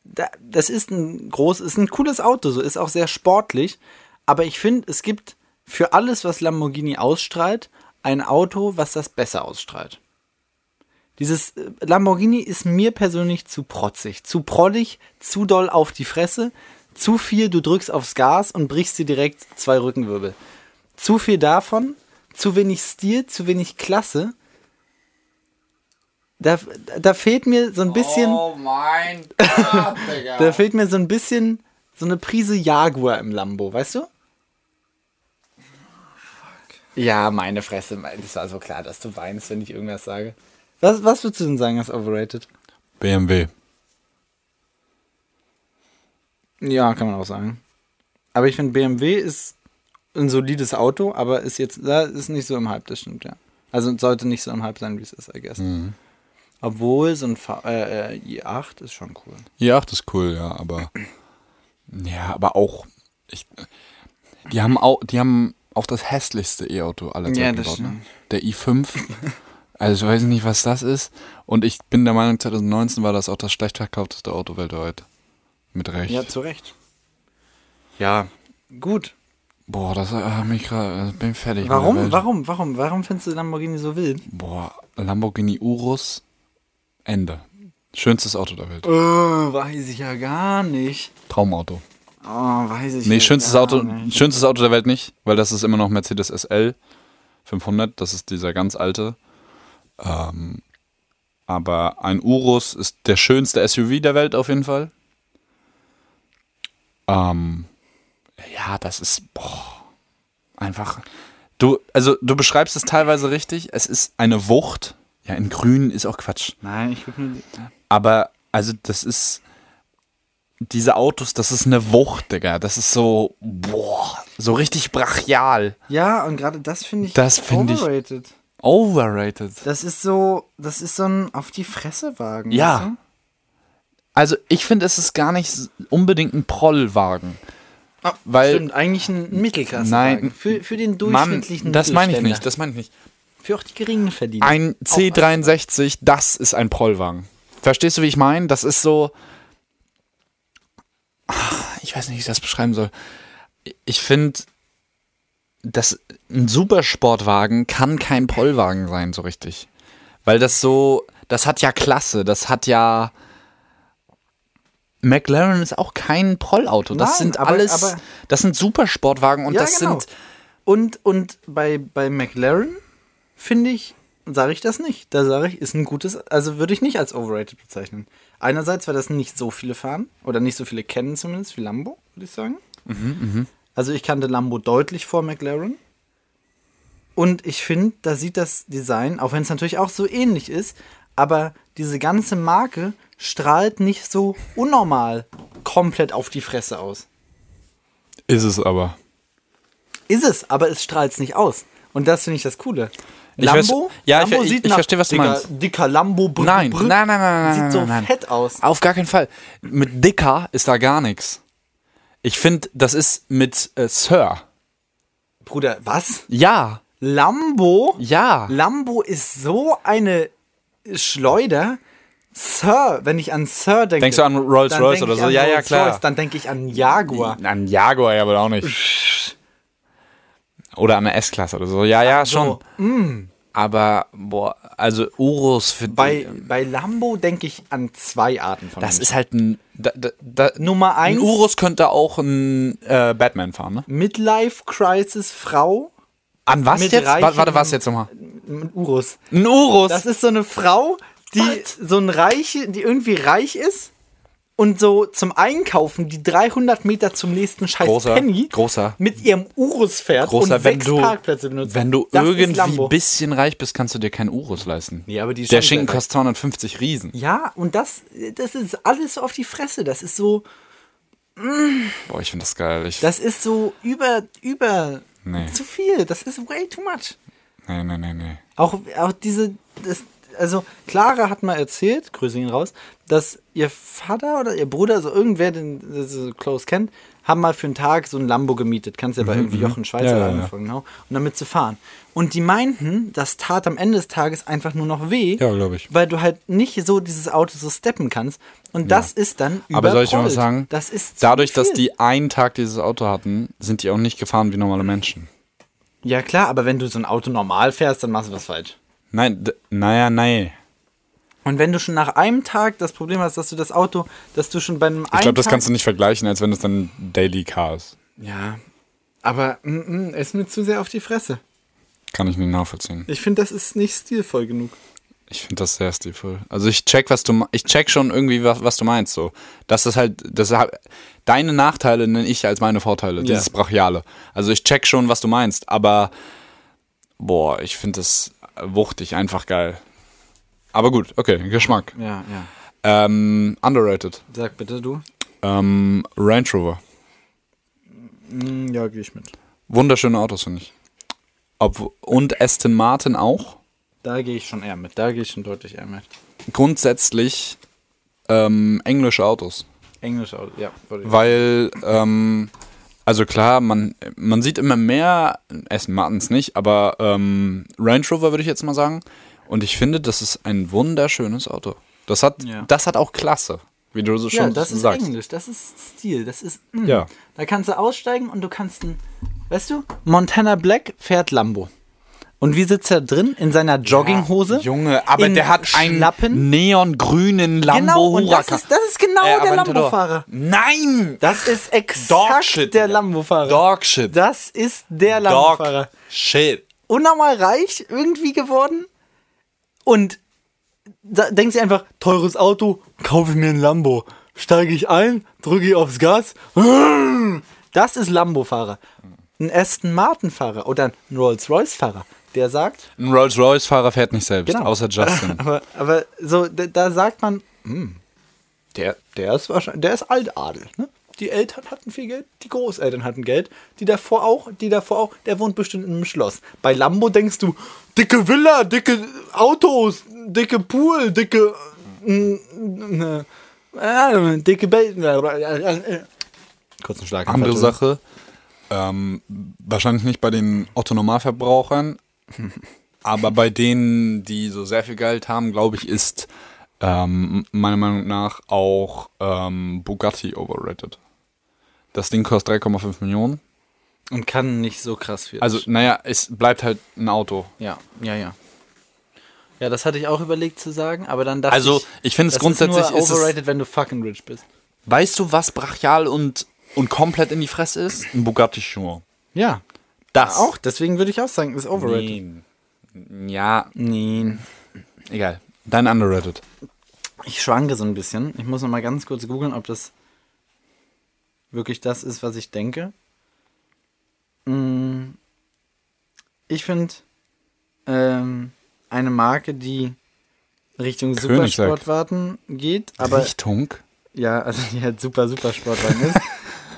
S1: da, das ist ein groß, ist ein cooles Auto, so ist auch sehr sportlich. Aber ich finde, es gibt für alles, was Lamborghini ausstrahlt, ein Auto, was das besser ausstrahlt. Dieses äh, Lamborghini ist mir persönlich zu protzig, zu prollig, zu doll auf die Fresse, zu viel, du drückst aufs Gas und brichst dir direkt zwei Rückenwirbel. Zu viel davon, zu wenig Stil, zu wenig Klasse. Da, da fehlt mir so ein bisschen.
S2: Oh. mein Gott, Digga.
S1: Da fehlt mir so ein bisschen so eine Prise Jaguar im Lambo, weißt du? Ja, meine Fresse, mein- das war so klar, dass du weinst, wenn ich irgendwas sage. Was, was würdest du denn sagen, ist overrated?
S2: BMW.
S1: Ja, kann man auch sagen. Aber ich finde, BMW ist ein solides Auto, aber ist jetzt, da ist nicht so im Hype, das stimmt, ja. Also sollte nicht so im Hype sein, wie es ist, I guess. Obwohl, so ein V- äh, äh, i8 ist schon cool.
S2: Ja, ach, das ist cool, ja, aber ja, aber auch ich, die haben auch die haben auch das hässlichste E-Auto aller Zeiten
S1: Ja, das
S2: gebaut, ne? Der i5. Also ich weiß nicht, was das ist und ich bin der Meinung 2019 war das auch das schlecht verkaufteste Auto weltweit. Mit Recht.
S1: Ja, zu Recht. Ja. Gut,
S2: Boah, das hat mich gerade bin fertig. mit der
S1: Warum?
S2: Welt.
S1: Warum? Warum? Warum findest du Lamborghini so wild?
S2: Boah, Lamborghini Urus Ende. Schönstes Auto der Welt.
S1: Oh, weiß ich ja gar nicht.
S2: Traumauto.
S1: Oh, weiß ich
S2: Nee,
S1: ja
S2: schönstes
S1: gar
S2: Auto,
S1: nicht.
S2: schönstes Auto der Welt nicht, weil das ist immer noch Mercedes SL 500, das ist dieser ganz alte. Ähm, aber ein Urus ist der schönste SUV der Welt auf jeden Fall. Ähm, ja, das ist boah, einfach. Du, also du beschreibst es teilweise richtig. Es ist eine Wucht. Ja, in Grün ist auch Quatsch.
S1: Nein, ich würde mir.
S2: Aber, also, das ist. Diese Autos, das ist eine Wucht, Digga. Das ist so. Boah. So richtig brachial.
S1: Ja, und gerade das finde ich
S2: Das finde ich-
S1: overrated. Ich
S2: Overrated.
S1: das ist so, das ist so ein auf die Fresse Wagen.
S2: Ja.
S1: weißt
S2: Also, ich finde, es ist gar nicht s- unbedingt ein Prollwagen.
S1: du? Ah,
S2: Weil-
S1: stimmt eigentlich ein Mittelklasse.
S2: Nein.
S1: für, für den
S2: Mann,
S1: durchschnittlichen
S2: das meine ich nicht.
S1: Mittelständler.
S2: Das meine ich nicht.
S1: für auch die geringen Verdiener.
S2: Ein C63, das ist ein Prollwagen. Verstehst du, wie ich meine? Das ist so. Ich weiß nicht, wie ich das beschreiben soll. Ich finde, dass ein Supersportwagen kann kein Prollwagen sein, so richtig. Weil das so. Das hat ja Klasse, das hat ja. McLaren ist auch kein Prollauto. Das
S1: Nein,
S2: sind
S1: aber-
S2: alles.
S1: aber-
S2: das sind Supersportwagen und
S1: Ja,
S2: das
S1: genau.
S2: sind.
S1: Und, und bei, bei McLaren finde ich, sage ich das nicht. Da sage ich, ist ein gutes, also würde ich nicht als overrated bezeichnen. Einerseits, weil das nicht so viele fahren oder nicht so viele kennen zumindest wie Lambo, würde ich sagen. Also ich kannte Lambo deutlich vor McLaren. Und ich finde, da sieht das Design, auch wenn es natürlich auch so ähnlich ist, aber diese ganze Marke strahlt nicht so unnormal komplett auf die Fresse aus.
S2: Ist es aber.
S1: Ist es, aber es strahlt es nicht aus. Und das finde ich das Coole.
S2: Ich
S1: Lambo?
S2: weiß- ja,
S1: Lambo
S2: ich- ich- ich verstehe, was du
S1: dicker,
S2: meinst.
S1: Dicker Lambo. Brr,
S2: Nein,
S1: brr,
S2: nein, nein, nein, nein.
S1: Sieht
S2: nein,
S1: so
S2: nein, nein.
S1: fett aus.
S2: Auf gar keinen Fall. Mit dicker ist da gar nichts. Ich finde, das ist mit äh, Sir.
S1: Bruder, was?
S2: Ja,
S1: Lambo?
S2: ja.
S1: Lambo ist so eine Schleuder. Sir, wenn ich an Sir denke.
S2: Denkst du an Rolls
S1: dann
S2: Royce
S1: denk
S2: oder
S1: ich
S2: so?
S1: an
S2: Ja, ja,
S1: Rolls
S2: klar.
S1: Royce, dann denke ich an Jaguar.
S2: An Jaguar ja wohl auch nicht. Oder an der S-Klasse oder so. Ja, ja, schon.
S1: so, Mm.
S2: Aber, boah, also Urus für
S1: Bei, bei Lambo denke ich an zwei Arten von
S2: Das
S1: Menschen.
S2: ist halt ein. Da, da, da,
S1: Nummer
S2: ein
S1: eins,
S2: Urus könnte auch ein äh, Batman fahren, ne?
S1: Midlife-Crisis-Frau
S2: An was
S1: Mit
S2: jetzt? Wa-
S1: reichen-
S2: Warte, was jetzt nochmal?
S1: mit Urus.
S2: Ein Urus.
S1: Das ist so eine Frau, die so ein reiche, die irgendwie reich ist und so zum Einkaufen die 300 Meter zum nächsten scheiß
S2: Großer,
S1: Penny
S2: großer.
S1: mit ihrem Urus fährt
S2: Großer,
S1: und
S2: wenn
S1: sechs
S2: du,
S1: Parkplätze benutzt.
S2: wenn du
S1: Das ist
S2: irgendwie
S1: Lambo.
S2: ein bisschen reich bist, kannst du dir keinen Urus leisten.
S5: Nee, aber die
S2: Der
S5: schon
S2: Schinken
S5: sehr reich.
S2: kostet 250 Riesen.
S1: Ja, und das, das ist alles so auf die Fresse. Das ist so,
S2: Boah, ich finde das geil. Ich,
S1: das ist so über, über
S2: Nee.
S1: zu viel. Das ist way too much.
S2: nee, nee, nee, nee.
S1: Auch, auch diese, das, also Clara hat mal erzählt, Grüße ihn raus, dass ihr Vater oder ihr Bruder, also irgendwer, den den sie so close kennt, haben mal für einen Tag so ein Lambo gemietet. Kannst ja bei irgendwie Jochen Schweizer
S2: Mhm, Ja,
S1: oder
S2: ja, ja.
S1: anfangen, genau. Und damit zu fahren. Und die meinten, das tat am Ende des Tages einfach nur noch weh.
S2: Ja, glaub ich.
S1: Weil du halt nicht so dieses Auto so steppen kannst. Und das ist dann
S2: Aber soll ich mal
S1: überprollt.
S2: was sagen?
S1: Das ist zu
S2: Dadurch, dass
S1: viel.
S2: die einen Tag dieses Auto hatten, sind die auch nicht gefahren wie normale Menschen.
S1: Ja klar, aber wenn du so ein Auto normal fährst, dann machst du was falsch.
S2: Nein, d- naja, nein.
S1: Und wenn du schon nach einem Tag das Problem hast, dass du das Auto, dass du schon bei einem
S2: Ich glaube, das kannst du nicht vergleichen, als wenn es dann Daily Car ist.
S1: Ja, aber mm, mm, ist mir zu sehr auf die Fresse.
S2: Kann ich nicht nachvollziehen.
S1: Ich finde, das ist nicht stilvoll genug.
S2: Ich finde das sehr stilvoll. Also ich check, was du me- ich check schon irgendwie, was, was du meinst. So, das ist halt, das ha- deine Nachteile nenne ich als meine Vorteile. Dieses brachiale. Also ich check schon, was du meinst. Aber boah, ich finde das wuchtig, einfach geil. Aber gut, okay, Geschmack.
S1: Ja, ja.
S2: Ähm, underrated.
S1: Sag bitte du.
S2: Ähm, Range Rover.
S1: Mm, Ja, gehe ich mit.
S2: Wunderschöne Autos finde ich. Ob, und Aston Martin auch.
S1: Da gehe ich schon eher mit. Da gehe ich schon deutlich eher mit.
S2: Grundsätzlich ähm, englische Autos.
S1: Englisch, Auto, ja. wollte ich-
S2: weil, ähm, also klar, man, man sieht immer mehr, Aston Martins nicht, aber ähm, Range Rover würde ich jetzt mal sagen. Und ich finde, das ist ein wunderschönes Auto. Das hat,
S1: Ja.
S2: das hat auch Klasse, wie du so schon
S1: Ja, das ist
S2: sagst.
S1: Englisch. Das ist Stil. Das ist. mm.
S2: Ja.
S1: Da kannst du aussteigen und du kannst ein. Weißt du? Montana Black fährt Lambo. Und wie sitzt er drin? In seiner Jogginghose?
S2: Junge, aber
S1: In
S2: der hat einen
S1: Schlappen?
S2: neongrünen
S1: Genau,
S2: Lambo
S1: und das
S2: Huracan.
S1: ist, das ist genau
S2: Äh,
S1: der
S2: Aventador.
S1: Lambo-Fahrer.
S2: Nein!
S1: Das ist exakt
S2: Dogshit,
S1: der
S2: Digga.
S1: Lambo-Fahrer.
S2: Dogshit.
S1: Das ist der Lambo-Fahrer.
S2: Dog shit.
S1: Unnormal reich irgendwie geworden und da denkt sie einfach, teures Auto, kaufe ich mir ein Lambo. Steige ich ein, drücke ich aufs Gas. Das ist Lambo-Fahrer. Ein Aston Martin-Fahrer oder ein Rolls-Royce-Fahrer, der sagt,
S2: Ein Rolls-Royce-Fahrer fährt nicht selbst,
S1: Genau.
S2: außer Justin.
S1: aber, aber so, da, da sagt man, hm,
S2: Der,
S1: Der ist wahrscheinlich, der ist Altadel. Ne? Die Eltern hatten viel Geld, die Großeltern hatten Geld, die davor auch, die davor auch, der wohnt bestimmt in einem Schloss. Bei Lambo denkst du, dicke Villa, dicke Autos, dicke Pool, dicke. mm, Äh, äh, dicke Belten. Kurzen Schlag.
S2: Andere Sache, ähm, wahrscheinlich nicht bei den Otto-Normalverbrauchern, aber bei denen, die so sehr viel Geld haben, glaube ich, ist ähm, meiner Meinung nach auch ähm, Bugatti overrated. Das Ding kostet 3,5 Millionen.
S1: Und kann nicht so krass werden.
S2: Also, naja, es bleibt halt ein Auto.
S1: ja, ja, ja. Ja, das hatte ich auch überlegt zu sagen, aber dann dachte
S2: Also, ich finde es grundsätzlich
S1: ist nur
S2: ist es-
S1: overrated, wenn du fucking rich bist.
S2: Weißt du, was brachial und, und komplett in die Fresse ist? Ein Bugatti Chiron.
S1: Ja,
S2: Das.
S1: auch, deswegen würde ich auch sagen, ist overrated.
S2: Nein. Ja,
S1: Nee,
S2: egal. Dein underrated.
S1: ich schwanke so ein bisschen. Ich muss noch mal ganz kurz googeln, ob das wirklich das ist, was ich denke. Mm, Ich finde ähm, eine Marke, die Richtung
S2: Königsegg.
S1: Supersportwarten geht, aber
S2: Richtung?
S1: ja, also die halt super Supersportwarten ist.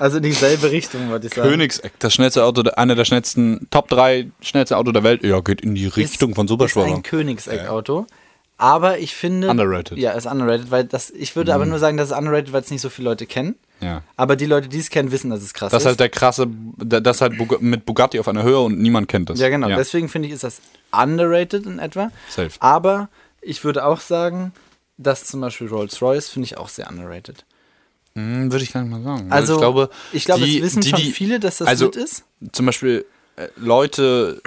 S1: Also dieselbe Richtung, wollte ich sagen.
S2: Königseck, das schnellste Auto, der- einer der schnellsten, Top 3 schnellste Auto der Welt. Ja, geht in die Richtung von
S1: Ist
S2: Superschwager.
S1: ein Königseck-Auto. Aber ich finde.
S2: Underrated. Mhm.
S1: Ja, ist underrated, weil das. Ich würde aber nur sagen, das ist underrated, weil es nicht so viele Leute kennen.
S2: Ja.
S1: Aber die Leute, die es kennen, wissen, dass es krass
S2: Das ist
S1: ist.
S2: halt der krasse, der- das ist halt Bug- mit Bugatti auf einer Höhe und niemand kennt das.
S1: ja, genau. Deswegen finde ich, ist das underrated in etwa.
S2: Safe.
S1: Aber ich würde auch sagen, dass zum Beispiel Rolls-Royce finde ich auch sehr underrated.
S2: Hm, Würde ich gar nicht mal sagen. Weil
S1: Also,
S2: ich glaube,
S1: ich glaube, es wissen schon viele, dass das
S2: also,
S1: gut ist.
S2: Zum Beispiel äh, Leute,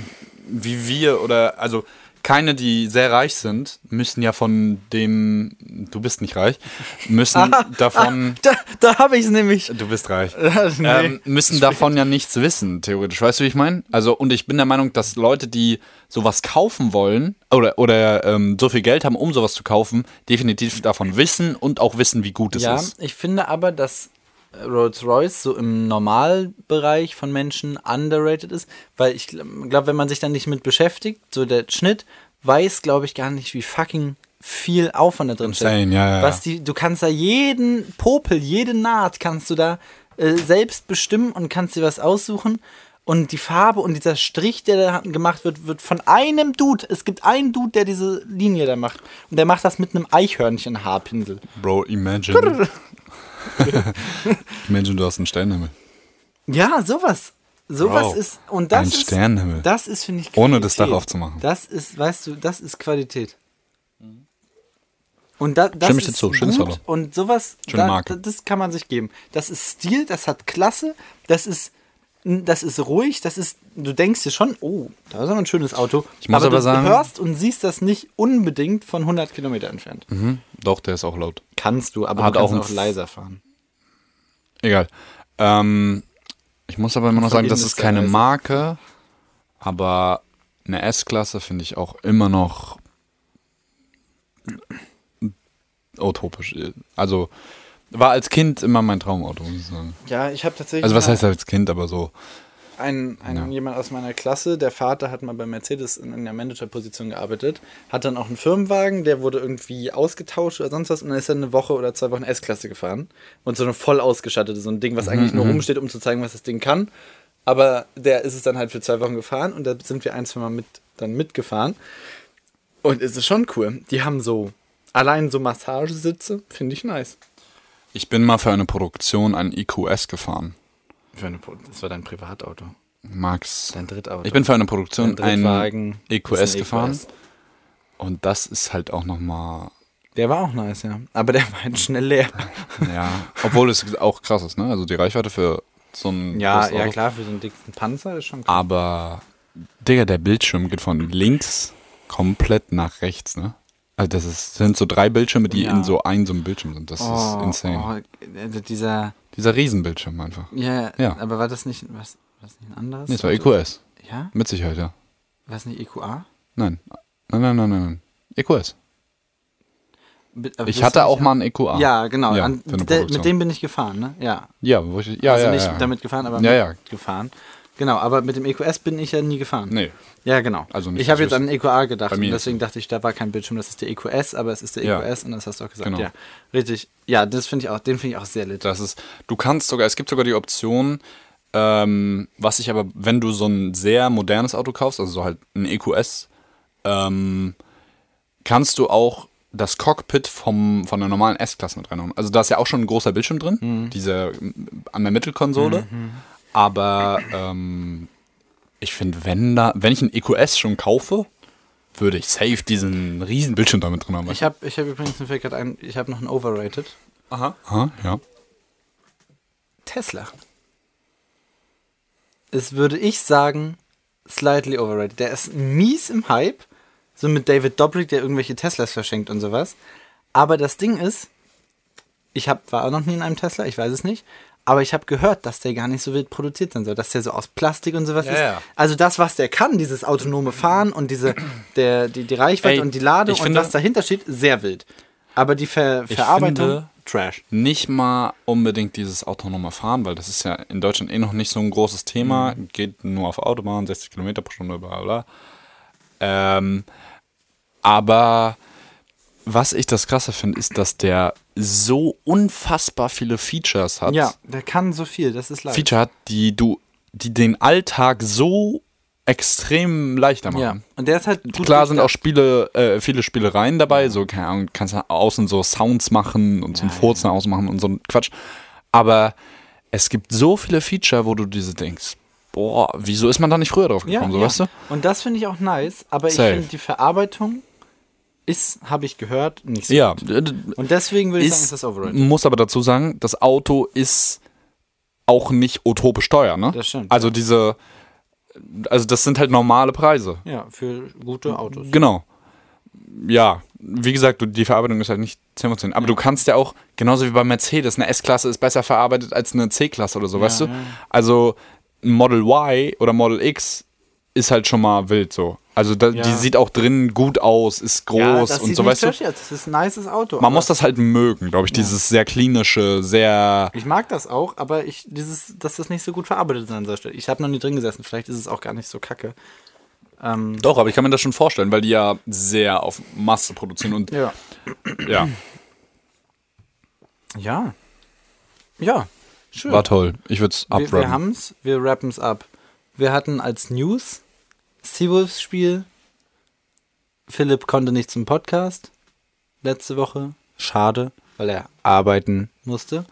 S2: wie wir oder also keine, die sehr reich sind, müssen ja von dem, du bist nicht reich, müssen davon,
S1: Da, da habe ich es nämlich.
S2: du bist reich,
S1: Nee.
S2: ähm, müssen davon ja nichts wissen, theoretisch. Weißt du, wie ich meine? Also, und ich bin der Meinung, dass Leute, die sowas kaufen wollen oder, oder ähm, so viel Geld haben, um sowas zu kaufen, definitiv davon wissen und auch wissen, wie gut es
S1: Ja,
S2: ist.
S1: ich finde aber, dass Rolls-Royce so im Normalbereich von Menschen underrated ist, weil ich glaube, wenn man sich dann nicht mit beschäftigt, so der Schnitt, weiß, glaube ich, gar nicht, wie fucking viel Aufwand da drin steckt.
S2: Insane, ja, ja,
S1: Was
S2: ja.
S1: die, du kannst da jeden Popel, jede Naht kannst du da äh, selbst bestimmen und kannst dir was aussuchen. Und die Farbe und dieser Strich, der da gemacht wird, wird von einem Dude. Es gibt einen Dude, der diese Linie da macht. Und der macht das mit einem Eichhörnchen-Haarpinsel.
S2: Bro, imagine. imagine, du hast einen Sternenhimmel.
S1: Ja, sowas. Sowas
S2: Bro,
S1: ist. Und das
S2: ein
S1: ist,
S2: Sternenhimmel.
S1: Das ist, finde ich,
S2: Ohne das Dach aufzumachen.
S1: Das ist, weißt du, das ist Qualität. Und da, das
S2: Stimme ich dir
S1: ist
S2: zu. Schönes
S1: gut
S2: Auto.
S1: und sowas,
S2: Schöne
S1: da,
S2: Marke.
S1: da- das kann man sich geben. Das ist Stil, das hat Klasse, das ist, das ist ruhig, das ist, du denkst dir schon, oh, da ist aber ein schönes Auto.
S2: Ich muss aber
S1: du
S2: sagen-
S1: hörst und siehst das nicht unbedingt von 100 Kilometer entfernt.
S2: Doch, der ist auch laut.
S1: Kannst du, aber
S2: Mhm. Hat
S1: du kannst
S2: auch einen
S1: auch leiser fahren.
S2: Egal. Ähm, ich muss aber immer noch sagen, das
S1: Ihnen
S2: ist
S1: ist
S2: keine
S1: der Reise.
S2: Marke, aber eine S-Klasse finde ich auch immer noch utopisch. Also war als Kind immer mein Traumauto, muss ich sagen.
S1: Ja, ich habe tatsächlich.
S2: Also was
S1: mal-
S2: heißt als Kind, aber so.
S1: ein, ein jemand aus meiner Klasse, der Vater hat mal bei Mercedes in einer Managerposition gearbeitet, hat dann auch einen Firmenwagen, der wurde irgendwie ausgetauscht oder sonst was und dann ist er eine Woche oder zwei Wochen S-Klasse gefahren und so eine voll ausgestattete, so ein Ding, was eigentlich nur rumsteht, um zu zeigen, was das Ding kann. Aber der ist es dann halt für zwei Wochen gefahren und da sind wir ein, zwei Mal mit, dann mitgefahren. Und es ist schon cool. Die haben so, allein so Massagesitze, finde ich nice.
S2: Ich bin mal für eine Produktion einen IQS gefahren.
S1: Für eine, Pro- das war dein Privatauto,
S2: Max.
S1: dein Drittauto.
S2: Ich bin für eine Produktion
S1: Dein
S2: einen
S1: Drittwagen ist
S2: EQS
S1: ein E
S2: gefahren.
S1: EQS.
S2: Und das ist halt auch nochmal
S1: Der war auch nice, ja. Aber der war halt schnell leer.
S2: Ja, obwohl es auch krass ist, ne? Also die Reichweite für so ein
S1: Ja,
S2: großes
S1: ja
S2: Auto.
S1: klar, für so einen dicken Panzer ist schon
S2: Ah,
S1: krass.
S2: Aber, Digga, der Bildschirm geht von links komplett nach rechts, ne? Also das ist, sind so drei Bildschirme, die in so einem so einem Bildschirm sind. Das ist insane.
S1: Oh, also dieser,
S2: Dieser Riesenbildschirm einfach. Nee,
S1: ja,
S2: Ja.
S1: aber war das nicht, was, was nicht ein anderes?
S2: es war E EQS.
S1: Ja?
S2: Mit Sicherheit, ja.
S1: War es nicht E EQA?
S2: Nein. Nein, nein, nein, nein, nein. EQS.
S1: Bi- aber
S2: Ich
S1: bist
S2: hatte
S1: du
S2: auch
S1: nicht-
S2: mal einen EQA.
S1: Ja, genau.
S2: Ja,
S1: an,
S2: für eine
S1: der-
S2: Produktion.
S1: mit dem bin ich gefahren, ne? Ja.
S2: Ja, wo ich, ja,
S1: also
S2: ja,
S1: nicht
S2: ja.
S1: damit gefahren, aber
S2: Ja,
S1: mit
S2: ja.
S1: gefahren. Genau, aber mit dem EQS bin ich ja nie gefahren.
S2: Nee.
S1: Ja, genau.
S2: Also nicht,
S1: ich habe jetzt
S2: dass ich
S1: an den EQA gedacht
S2: Bei mir
S1: und
S2: ist
S1: deswegen dachte ich, da war kein Bildschirm, das ist der EQS, aber es ist der
S2: Ja.
S1: EQS und das hast du auch gesagt.
S2: Genau.
S1: Ja, richtig. Ja, das finde ich auch, den finde ich auch sehr lit.
S2: Das ist, du kannst sogar, es gibt sogar die Option, ähm, was ich aber, wenn du so ein sehr modernes Auto kaufst, also so halt ein EQS, ähm, kannst du auch das Cockpit vom, von der normalen S-Klasse mit reinhauen. Also da ist ja auch schon ein großer Bildschirm drin, diese ähm, an der Mittelkonsole. Aber ähm, ich finde, wenn da, wenn ich einen EQS schon kaufe, würde ich safe diesen riesen Bildschirm damit drin haben.
S1: Ich habe ich hab übrigens einen Fake ein, ich habe noch einen Overrated.
S2: aha. aha, ja.
S1: Tesla. Es würde ich sagen, slightly overrated. Der ist mies im Hype, so mit David Dobrik, der irgendwelche Teslas verschenkt und sowas. Aber das Ding ist, ich hab, war auch noch nie in einem Tesla, ich weiß es nicht, aber ich habe gehört, dass der gar nicht so wild produziert sein soll, dass der so aus Plastik und sowas ist.
S2: ja.
S1: Also das, was der kann, dieses autonome Fahren und diese, der, die, die Reichweite
S2: Ey,
S1: und die Ladung
S2: ich
S1: und
S2: finde-
S1: was dahinter steht, sehr wild. Aber die Ver Verarbeitung,
S2: finde-
S1: Trash.
S2: nicht mal unbedingt dieses autonome Fahren, weil das ist ja in Deutschland eh noch nicht so ein großes Thema.
S1: Mhm.
S2: Geht nur auf Autobahn, 60 Kilometer pro Stunde, bla bla. Ähm, aber was ich das Krasse finde, ist, dass der so unfassbar viele Features hat.
S1: Ja, der kann so viel, das ist leicht.
S2: Feature hat, die du, die den Alltag so extrem leichter machen.
S1: Ja, und der ist halt gut
S2: Klar sind auch
S1: durchdacht.
S2: Spiele, äh, viele Spielereien dabei, so, keine Ahnung, kannst du außen so Sounds machen und so ein Furzen ausmachen und so ein Quatsch. Aber es gibt so viele Feature, wo du diese denkst, boah, wieso ist man da nicht früher drauf gekommen, so weißt du?
S1: Und das finde ich auch nice, aber
S2: Safe.
S1: ich finde die Verarbeitung ist, habe ich gehört, nicht so.
S2: Ja, äh,
S1: Und deswegen würde ich sagen, ist das overrated.
S2: muss aber dazu sagen, das Auto ist auch nicht utopisch teuer, ne?
S1: Das stimmt,
S2: Also diese, also das sind halt normale Preise.
S1: Ja, für gute Autos.
S2: Genau. Ja, wie gesagt, du, die Verarbeitung ist halt nicht 10 von 10. Aber du kannst ja auch, genauso wie bei Mercedes, eine S-Klasse ist besser verarbeitet als eine C-Klasse oder so, weißt du? Also ein Model Y oder Model X ist halt schon mal wild so. Also da, die sieht auch drin gut aus, ist groß und so, weißt du?
S1: Aus. Das ist ein nices Auto.
S2: Man muss das halt mögen, glaube ich, dieses sehr klinische, sehr
S1: Ich mag das auch, aber ich, dieses, dass das nicht so gut verarbeitet ist an dieser Stelle. Ich habe noch nie drin gesessen, vielleicht ist es auch gar nicht so kacke.
S2: Doch, aber ich kann mir das schon vorstellen, weil die ja sehr auf Masse produzieren und ja.
S1: Ja. Ja, schön.
S2: War toll. Ich würde es
S1: wir wir
S2: abrappen.
S1: haben es, wir rappen es ab. Wir hatten als News Seawolves Spiel. Philipp konnte nicht zum Podcast letzte Woche. Schade, weil er arbeiten musste.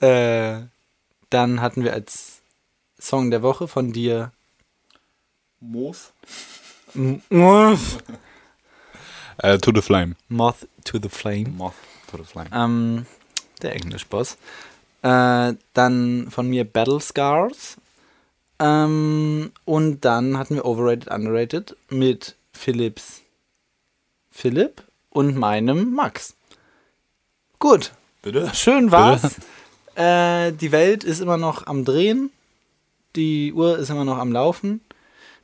S1: Äh, dann hatten wir als Song der Woche von dir
S4: Moos?
S1: Moth
S2: Äh, to the Flame.
S1: to the Flame.
S2: Moth to the Flame.
S1: Ähm, der Englischboss. Äh, dann von mir Battle Scars. Ähm, und dann hatten wir Overrated, Underrated mit Philips Philipp und meinem Max. Gut.
S2: Bitte?
S1: Schön war's. Äh, die Welt ist immer noch am Drehen. Die Uhr ist immer noch am Laufen.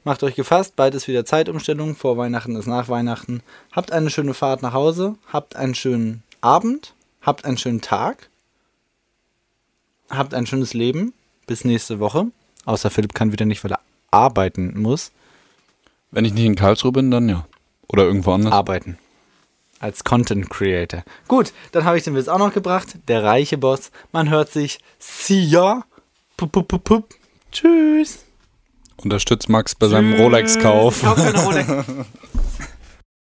S1: Macht euch gefasst, bald ist wieder Zeitumstellung. Vor Weihnachten ist nach Weihnachten. Habt eine schöne Fahrt nach Hause. Habt einen schönen Abend. Habt einen schönen Tag. Habt ein schönes Leben. Bis nächste Woche. Außer Philipp kann wieder nicht, weil er arbeiten muss.
S2: Wenn ich nicht in Karlsruhe bin, dann ja. Oder irgendwo anders.
S1: Arbeiten. Als Content Creator. Gut, dann habe ich den Witz auch noch gebracht. Der reiche Boss. Man hört sich. See ya. Pup, pup, pup, pup. Tschüss.
S2: Unterstützt Max bei seinem Rolex-Kauf.
S1: Ich kaufe keine Rolex.